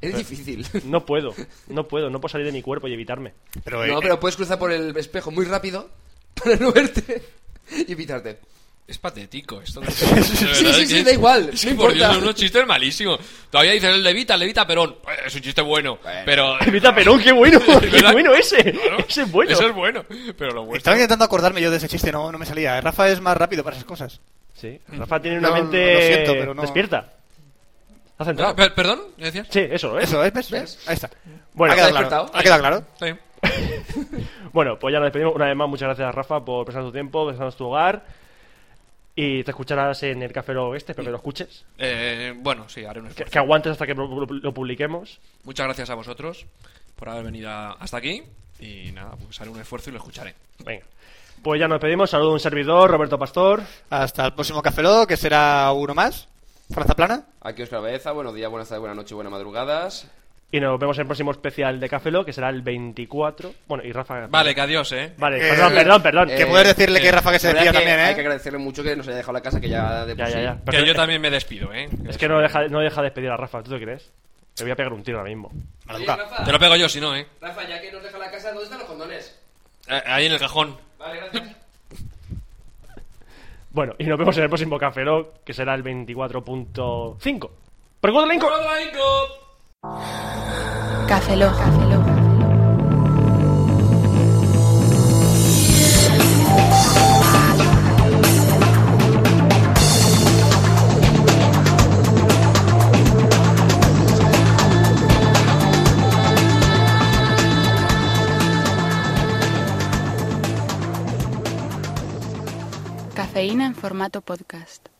Es difícil.
No puedo, no puedo, no puedo salir de mi cuerpo y evitarme.
Pero, eh,
No, pero puedes cruzar por el espejo muy rápido para no verte y evitarte.
Es patético esto.
Sí, sí, sí, da igual,
Es
no
que por Dios,
importa.
son unos chistes malísimos. Todavía dices el levita, el levita Perón. Eh, Es un chiste bueno, pero...
Evita Perón, qué bueno, qué
¿Verdad?
bueno ese.
Claro,
Ese es bueno.
Eso es bueno. Ah, Pero lo
eh, Estaba
vuestro...
intentando acordarme yo de ese chiste, no, no me salía. Eh, Rafa es más rápido para esas cosas.
Sí, Rafa tiene una
No,
mente
lo siento, pero no.
despierta. Está
Ah,
centrado.
per- ¿Perdón? ¿Me decías?
Sí, eso, ¿eh?
Eso, ¿eh? ¿ves? ¿Ves? Ahí está.
Bueno,
ha quedado
¿te has
claro.
despertado?
Ha quedado claro.
Sí.
Bueno, pues ya nos despedimos. Una vez más, muchas gracias, Rafa, por prestar tu tiempo, prestarnos tu hogar. Y te escucharás en el Café Log este, espero que lo escuches.
Eh, bueno, sí, haré un
Que,
esfuerzo.
que aguantes hasta que lo, lo- lo publiquemos.
Muchas gracias a vosotros por haber venido a- hasta aquí. Y nada, pues haré un esfuerzo y lo escucharé.
Venga. Pues ya nos despedimos. Saludo a un servidor, Roberto Pastor.
Hasta el próximo Café Lock, que será uno más. Franza Plana.
Aquí Oscar Baeza, buenos días, buenas tardes, buenas noches, buenas madrugadas.
Y nos vemos en el próximo especial de Café Log, que será el 24. Bueno, y Rafa.
Vale, que adiós, ¿eh?
Vale,
Eh,
perdón, perdón, perdón.
Que
eh,
puedes decirle
eh,
que Rafa que se
La
despida
verdad es que
también,
Hay que
¿eh?
agradecerle mucho que nos haya dejado la casa que ya de por
ya, ya,
sí-
ya.
Que yo también me despido, ¿eh?
Es que no deja, no deja despedir a Rafa, ¿tú te crees? Te voy a pegar un tiro ahora mismo.
Oye,
Maleducado.
Rafa,
Te lo pego yo, si no, ¿eh?
Rafa, ya que nos deja la casa, ¿dónde están los condones?
Eh, Ahí en el cajón.
Vale, gracias.
Bueno, y nos vemos en el próximo Café Lock, que será el 24.5. ¡Pero cuatro cinco!
Cafeló. Cafeína en formato podcast.